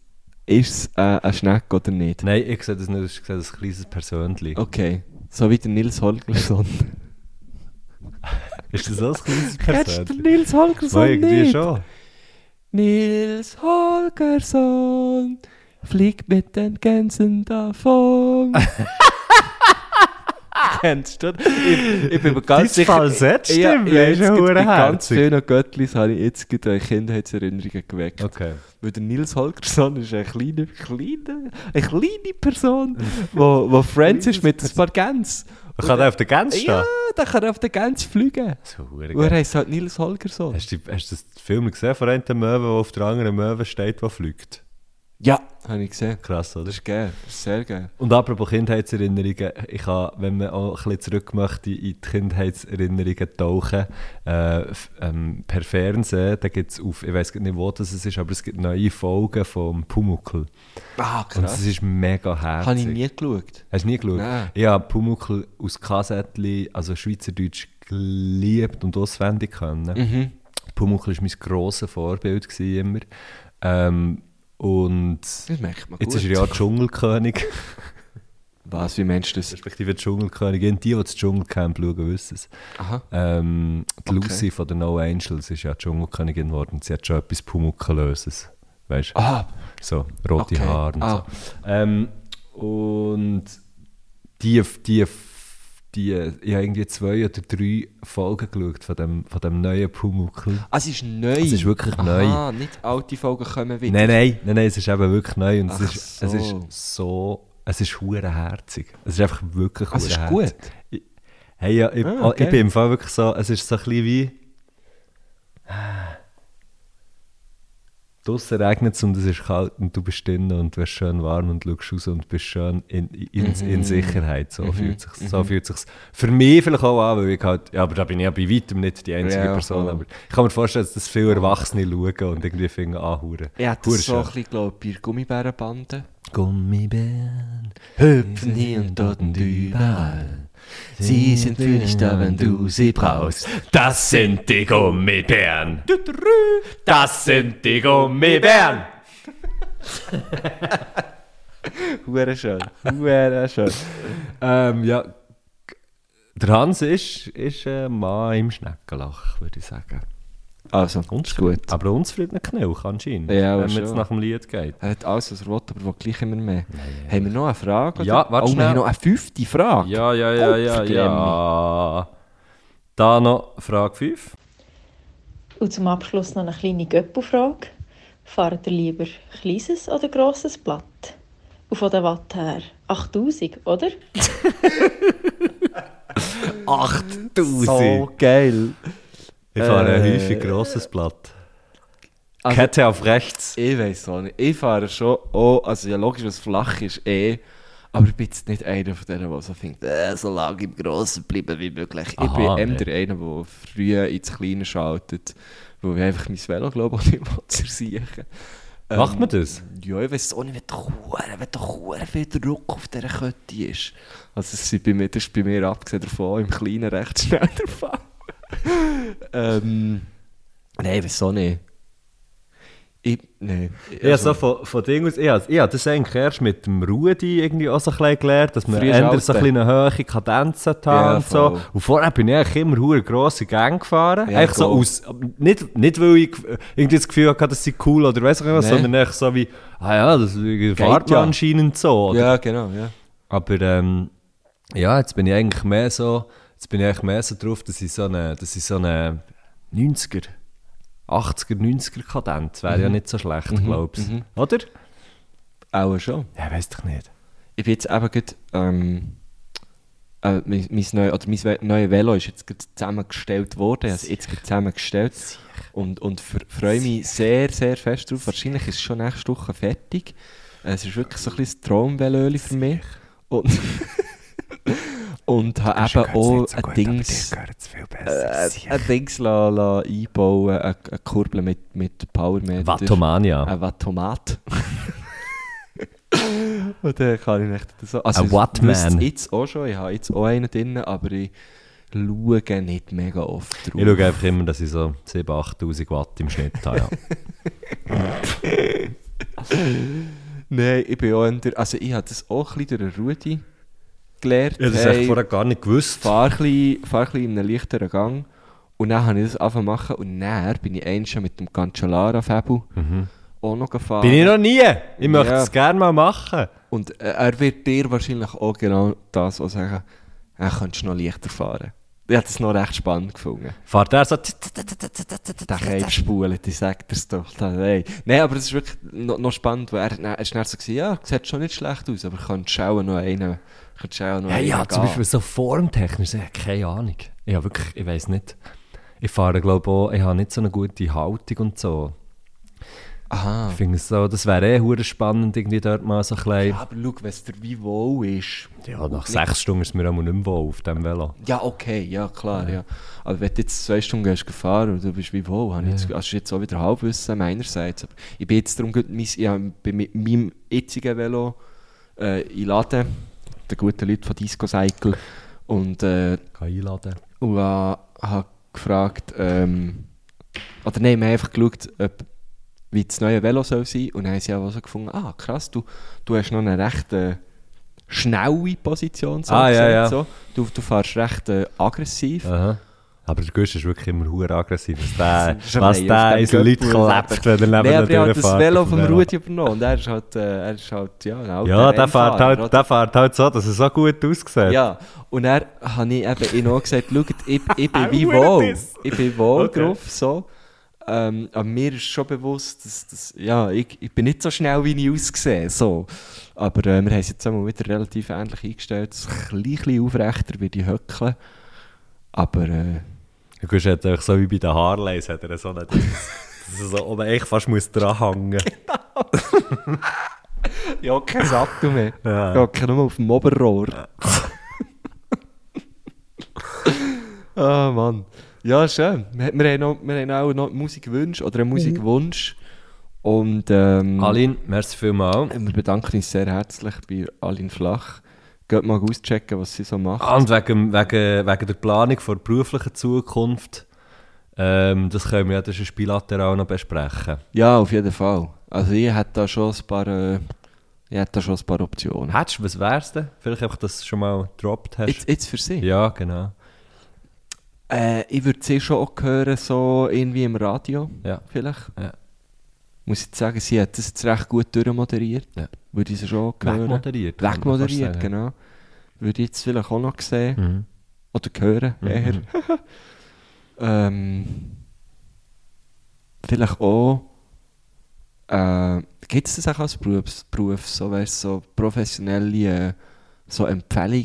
A: ist's, äh, ein Schneck oder nicht?
B: Nein, ich sehe das nicht, ich sehe das ein kleines Persönchen.
A: Okay, so wie der Nils Holgersson.
B: Ist das auch ein kleines
A: Kennst du
B: Persönchen?
A: den Nils Holgersson
B: irgendwie
A: nicht?
B: schon.
A: Nils Holgersson fliegt mit den Gänsen davon. Kennst du das? Ich, ich bin mir
B: Dein
A: ganz sicher.
B: Falsett
A: ja,
B: stimmt,
A: ja,
B: ist
A: jetzt
B: ja
A: gibt- bei ganz
B: hurenherzig.
A: vielen Göttlis habe ich jetzt gerade Kindheitserinnerungen geweckt.
B: Okay.
A: Weil der Nils Holgersson ist eine kleine, kleine, eine kleine Person, wo, wo Friends ist mit ein paar Gänse.
B: Man kann auf der Gänse stehen.
A: Ja, da kann er auf den Gänse fliegen.
B: So
A: Und er
B: hurengeil.
A: heisst halt Nils Holgersson.
B: Hast du hast du das Film gesehen von einem Möwe, der auf der anderen Möwe steht, der fliegt?
A: Ja, habe ich gesehen.
B: Krass, oder?
A: Das ist geil, das ist sehr geil.
B: Und apropos Kindheitserinnerungen, ich habe, wenn man auch ein bisschen zurück möchte, in die Kindheitserinnerungen tauchen, äh, f- ähm, per Fernsehen, da gibt es auf, ich weiß nicht, wo das es ist, aber es gibt neue Folgen vom Pumuckl.
A: Ah,
B: Und es ist mega herzig.
A: Habe ich nie geschaut.
B: Hast du nie geschaut?
A: Nein.
B: Ich habe Pumuckl aus Kassettli, also Schweizerdeutsch, geliebt und auswendig können.
A: Mhm.
B: Pumuckl war mein grosses Vorbild gewesen immer. Ähm, und
A: Das merkt man
B: jetzt
A: gut.
B: ist er ja Dschungelkönig,
A: Was, wie meinst du das?
B: respektive Dschungelkönigin. Die, die das Dschungelcamp schauen, wissen es.
A: Aha.
B: Ähm, die
A: Okay.
B: Lucy von den No Angels ist ja Dschungelkönigin geworden. Sie hat schon etwas Pumuckl-Löses. Weißt du?
A: Ah,
B: So, rote
A: Okay.
B: Haare und
A: Ah.
B: so. Ähm, und die, die, die, ich habe irgendwie zwei oder drei Folgen geschaut von dem, von dem neuen Pumuckl.
A: ah, es ist neu.
B: Es ist wirklich
A: Aha, nicht alte Folgen kommen wieder.
B: Nein, nein, nein, nein, es ist eben wirklich neu und es
A: Ach
B: ist, es ist
A: so.
B: so, es ist hurenherzig. Es ist einfach wirklich
A: Ah, es ist
B: hurenherzig.
A: gut?
B: Ich- Hey, ja, ich,
A: Ah, okay.
B: ich bin im Fall wirklich so, es ist so ein bisschen wie... Draussen regnet es und es ist kalt und du bist drinnen und du bist schön warm und schaust raus und bist schön in, in,
A: Mhm.
B: in Sicherheit. So fühlt sich so fühlt sich's für mich vielleicht auch an, weil ich halt, ja, aber da bin ich ja bei weitem nicht die einzige
A: Ja,
B: Person.
A: voll.
B: Aber ich kann mir vorstellen, dass das viele Erwachsene schauen und irgendwie finden, ah, hure.
A: Ja, das
B: hure
A: ist so ein
B: schön.
A: bisschen, glaube ich, bei Gummibärenbanden.
B: Gummibären.
A: Hüpfen hier und dort und überall. Sie sind für dich da, wenn du sie brauchst.
F: Das sind die Gummibären. Das sind die Gummibären.
A: Hure schön. Hure schön.
B: Ähm, ja. g- Der Hans ist, ist ein Mann im Schneckenlach, würde ich sagen.
A: Also, ist gut.
B: Aber unzufriedener Knilch anscheinend,
A: Ja,
B: wenn man
A: schon.
B: jetzt nach dem Lied geht.
A: Er hat alles, was er will, aber will gleich immer mehr. Haben wir noch eine Frage?
B: Ja,
A: oder?
B: warte
A: oh, wir
B: schnell.
A: haben noch eine fünfte Frage.
B: Ja, ja, ja, ja,
A: Kopfglämmi.
B: ja. Da noch Frage 5.
E: Und zum Abschluss noch eine kleine Göppelfrage. Fahrt ihr lieber kleines oder grosses Blatt? Und von der Watt her 8000, oder?
B: 8000!
A: So geil.
B: Ich fahre
A: Äh.
B: häufig grosses Blatt.
A: Also-
B: Kette auf rechts.
A: Ich weiß auch nicht. Ich fahre schon auch, also ja logisch, was flach ist, eh. Aber ich bin jetzt nicht einer von denen, der so denkt, äh, so lange im Grossen bleiben wie möglich. ich
B: Aha,
A: bin eher
B: nee.
A: der einer, der früh ins Kleine schaltet, weil ich einfach mein Velo, glaube ich, nicht mal zersiechen Ähm,
B: Macht man das?
A: Ja, ich weiß auch nicht, wenn doch hure- wenn doch hure viel Druck auf dieser Kette ist. Also es sind bei mir, das ist bei mir abgesehen davon im Kleinen recht schnell der Fall. ähm, nein, wieso nicht? Ich, nein.
B: Ja, so von, von Ding aus, ich habe ich habe das eigentlich erst mit dem Rudi irgendwie auch so ein bisschen gelernt, dass man
A: Frühes
B: ändert so ein
A: Alter.
B: bisschen eine hohe Kadenz hat
A: Ja,
B: und so.
A: voll.
B: Und vorher bin ich eigentlich immer hure grosse Gang gefahren.
A: Ja,
B: eigentlich so
A: voll.
B: aus, nicht, nicht weil ich irgendwie das Gefühl hatte, dass sie cool oder weiss ich nicht was,
A: Nee.
B: sondern eigentlich so wie, ah ja, das fährt man
A: ja.
B: anscheinend so. Oder?
A: Ja, genau, ja.
B: Aber ähm, ja, jetzt bin ich eigentlich mehr so, jetzt bin ich eigentlich mehr so drauf, dass ich so eine, dass ich so eine 90er, 80er, 90er Kadenz wäre ja
A: Mhm.
B: nicht so schlecht, glaubst du. Oder?
A: Auch schon.
B: Ja, weiß doch nicht.
A: Ich bin jetzt eben gerade, ähm, äh, mein, mein, neu, oder mein We- neues Velo ist jetzt gerade zusammengestellt worden. Also jetzt gerade zusammengestellt. Und, und fr freue mich sehr, sehr fest drauf. Wahrscheinlich ist es schon nächste Woche fertig. Es ist wirklich so ein bisschen ein Traumvelöli für mich. Und, und habe eben auch ein Dings, äh, ein Dings la, la einbauen, eine, eine Kurbel mit, mit Powermeter.
B: Wattomania.
A: Ein Wattomat. Und dann kann ich nicht so.
B: Ein Wattman.
A: wisst ihr jetzt auch schon, ich habe jetzt auch einen drin, aber ich schaue nicht mega oft drauf.
B: Ich schaue einfach immer, dass ich so 7.000, 8.000 Watt im Schnitt habe. Ja.
A: Nein, ich bin auch in der, Also ich habe das auch ein bisschen durch den Rudi gelernt.
B: Ich habe das
A: Hey,
B: echt vorher gar nicht gewusst.
A: fahr ein bisschen, fahr ein bisschen in einem leichteren Gang. Und dann habe ich das angefangen zu machen und dann bin ich eins schon mit dem Cancellara-Fabel auch noch gefahren.
B: Mhm. Bin ich noch nie. Ich möchte
A: Ja.
B: es gerne mal machen.
A: Und äh, er wird dir wahrscheinlich auch genau das auch sagen, er könntest noch leichter fahren. Ich habe das noch recht spannend gefunden.
B: Fahrt er so...
A: Der Keimspulen, die sagt das doch. Da, hey. Nein, aber es ist wirklich noch, noch spannend, weil er, er ist dann so gewesen, ja, sieht schon nicht schlecht aus, aber könntest schauen noch einen, könntest auch noch
B: Ja,
A: einen
B: ja, zum
A: gehen.
B: Beispiel so formtechnisch, ich habe keine Ahnung. Ich habe wirklich, ich weiß nicht. Ich fahre, glaube ich, auch, ich habe nicht so eine gute Haltung und so.
A: Aha.
B: Ich finde es so, das wäre eh hure spannend, irgendwie dort mal so ein
A: Ja,
B: bisschen...
A: aber schau, wenn es dir wie wohl ist.
B: Ja, nach sechs Stunden ist mir auch nicht mehr wohl auf dem Velo.
A: Ja, okay, ja, klar, ja. Aber wenn du jetzt zwei Stunden gehst gefahren und du bist wie wohl, habe ich jetzt, also ist jetzt auch wieder Halbwissen meinerseits. Aber ich bin jetzt darum, gut, mein, ich habe bei mi- meinem jetzigen Velo äh, einladen, den guten Leuten von Disco Cycle, und, äh,
B: Kann einladen.
A: und äh, habe gefragt, ähm, oder nein, wir haben einfach geschaut, ob, wie das neue Velo soll sein und dann haben sie auch so gefunden, ah krass, du, du hast noch eine recht äh, schnelle Position. So
B: Ah, ja,
A: gesehen,
B: ja.
A: So. Du, du fährst recht äh, aggressiv.
B: Aha. Aber der Gusch ist wirklich immer hure aggressiv, was der,
A: Das ist ein
B: was
A: Ei,
B: der
A: auf dem
B: in den Leuten
A: Göppel
B: klebt, wenn er neben
A: Nein, aber ich
B: der
A: habe das Velo
B: auf dem
A: vom Rudi übernommen und er ist halt, äh, er ist halt ja, ein alter
B: Ja, der fährt,
A: Rennfahrer,
B: halt,
A: oder?
B: der fährt halt so, dass er so gut aussieht.
A: Ja, ah, und er habe ich eben ihn auch gesagt, schaut, ich, ich bin wie wohl, ich bin wohl
B: Okay.
A: drauf, so. Ähm, aber mir ist schon bewusst, dass, dass ja, ich, ich bin nicht so schnell, wie ich aussehe, so. Aber äh, wir haben es jetzt einmal wieder relativ ähnlich eingestellt, dass ich ein bisschen aufrechter bin, die Höckle. Aber, äh,
B: Der Gusch hat einfach so wie bei den Harleys, hat er so einen Dings, dass er so oben echt fast muss dranhängen muss.
A: ja, kein Sattel mehr.
B: Ja.
A: Ja, kein nur auf dem Oberrohr. Ah, Mann. Ja, schön. Wir, wir, haben noch, wir haben auch noch Musikwunsch oder einen Musikwunsch. Und ähm,
B: Aline, merci vielmals.
A: wir bedanken uns sehr herzlich bei Aline Flach. Geht mal auschecken, was sie so macht.
B: Ah, Und wegen, wegen, wegen der Planung der beruflichen Zukunft, ähm, das können wir ja das ist bilateral noch besprechen.
A: Ja, auf jeden Fall. Also ich hätte da schon ein paar, äh, ich hätte da schon ein paar Optionen.
B: Hättest du, was wär's denn? Vielleicht einfach, dass du schon mal gedroppt hast.
A: Jetzt, jetzt für sie.
B: Ja, genau.
A: Äh, ich würde sie schon auch hören, so irgendwie im Radio.
B: Ja.
A: Vielleicht.
B: Ja.
A: Muss ich sagen, sie hat das jetzt recht gut durchmoderiert.
B: Ja.
A: Würde ich sie schon hören.
B: Wegmoderiert. kann man
A: Wegmoderiert,
B: fast sagen. Mhm.
A: genau. Würde ich jetzt vielleicht auch noch sehen. Oder hören, eher. ähm, vielleicht auch, äh, gibt es das auch als Berufs, Beruf, so weißt so professionelle äh, so Empfehlung,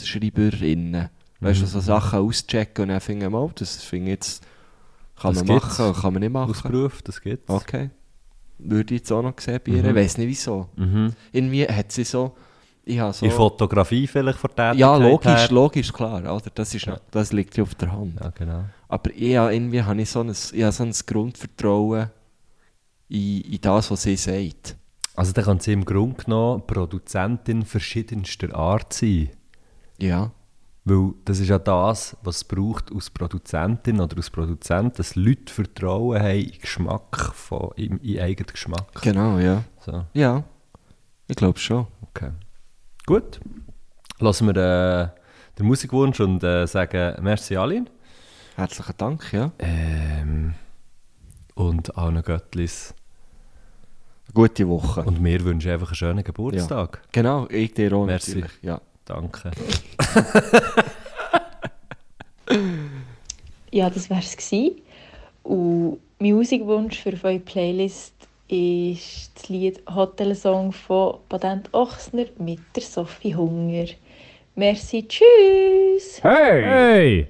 A: Empfehlungsschreiberinnen, weißt du,
B: Mhm.
A: so Sachen auschecken und dann finden, oh, das finde ich jetzt, kann
B: Das
A: man
B: gibt's.
A: machen, kann man nicht
B: Aus
A: machen.
B: Beruf, das gibt's.
A: Okay. Würde ich jetzt auch noch sehen bei ihr, weiß nicht wieso.
B: Mhm.
A: Irgendwie hat sie so, ich habe so...
B: In der Fotografie vielleicht von der
A: Ja,
B: Tätigkeit
A: logisch,
B: her.
A: logisch, klar. Alter, das, ist noch, das liegt ja auf der Hand.
B: Ja, genau.
A: Aber ich, habe- irgendwie habe ich so ein, ich habe so ein Grundvertrauen in, in das, was sie sagt.
B: Also dann kann sie im Grunde genommen Produzentin verschiedenster Art sein.
A: Ja.
B: Weil das ist ja das, was es braucht aus Produzentin oder aus Produzent, dass Leute Vertrauen haben in den Geschmack, von, in, in eigenen Geschmack.
A: Genau, ja.
B: So,
A: Ja. Ich glaube schon.
B: okay. Gut. Lassen wir äh, den Musikwunsch und äh, sagen «Merci, Alin».
A: Herzlichen Dank, ja.
B: Ähm, und allen Göttlis.
A: Gute Woche.
B: Und wir wünschen einfach einen schönen Geburtstag.
A: genau, ich dir auch
B: Merci.
A: natürlich. Ja.
B: Danke.
E: Ja, das wäre es gewesen. Und mein Musikwunsch für eure Playlist ist das Lied Hotel Song von Patent Ochsner mit der Sophie Hunger. Merci, tschüss!
F: Hey!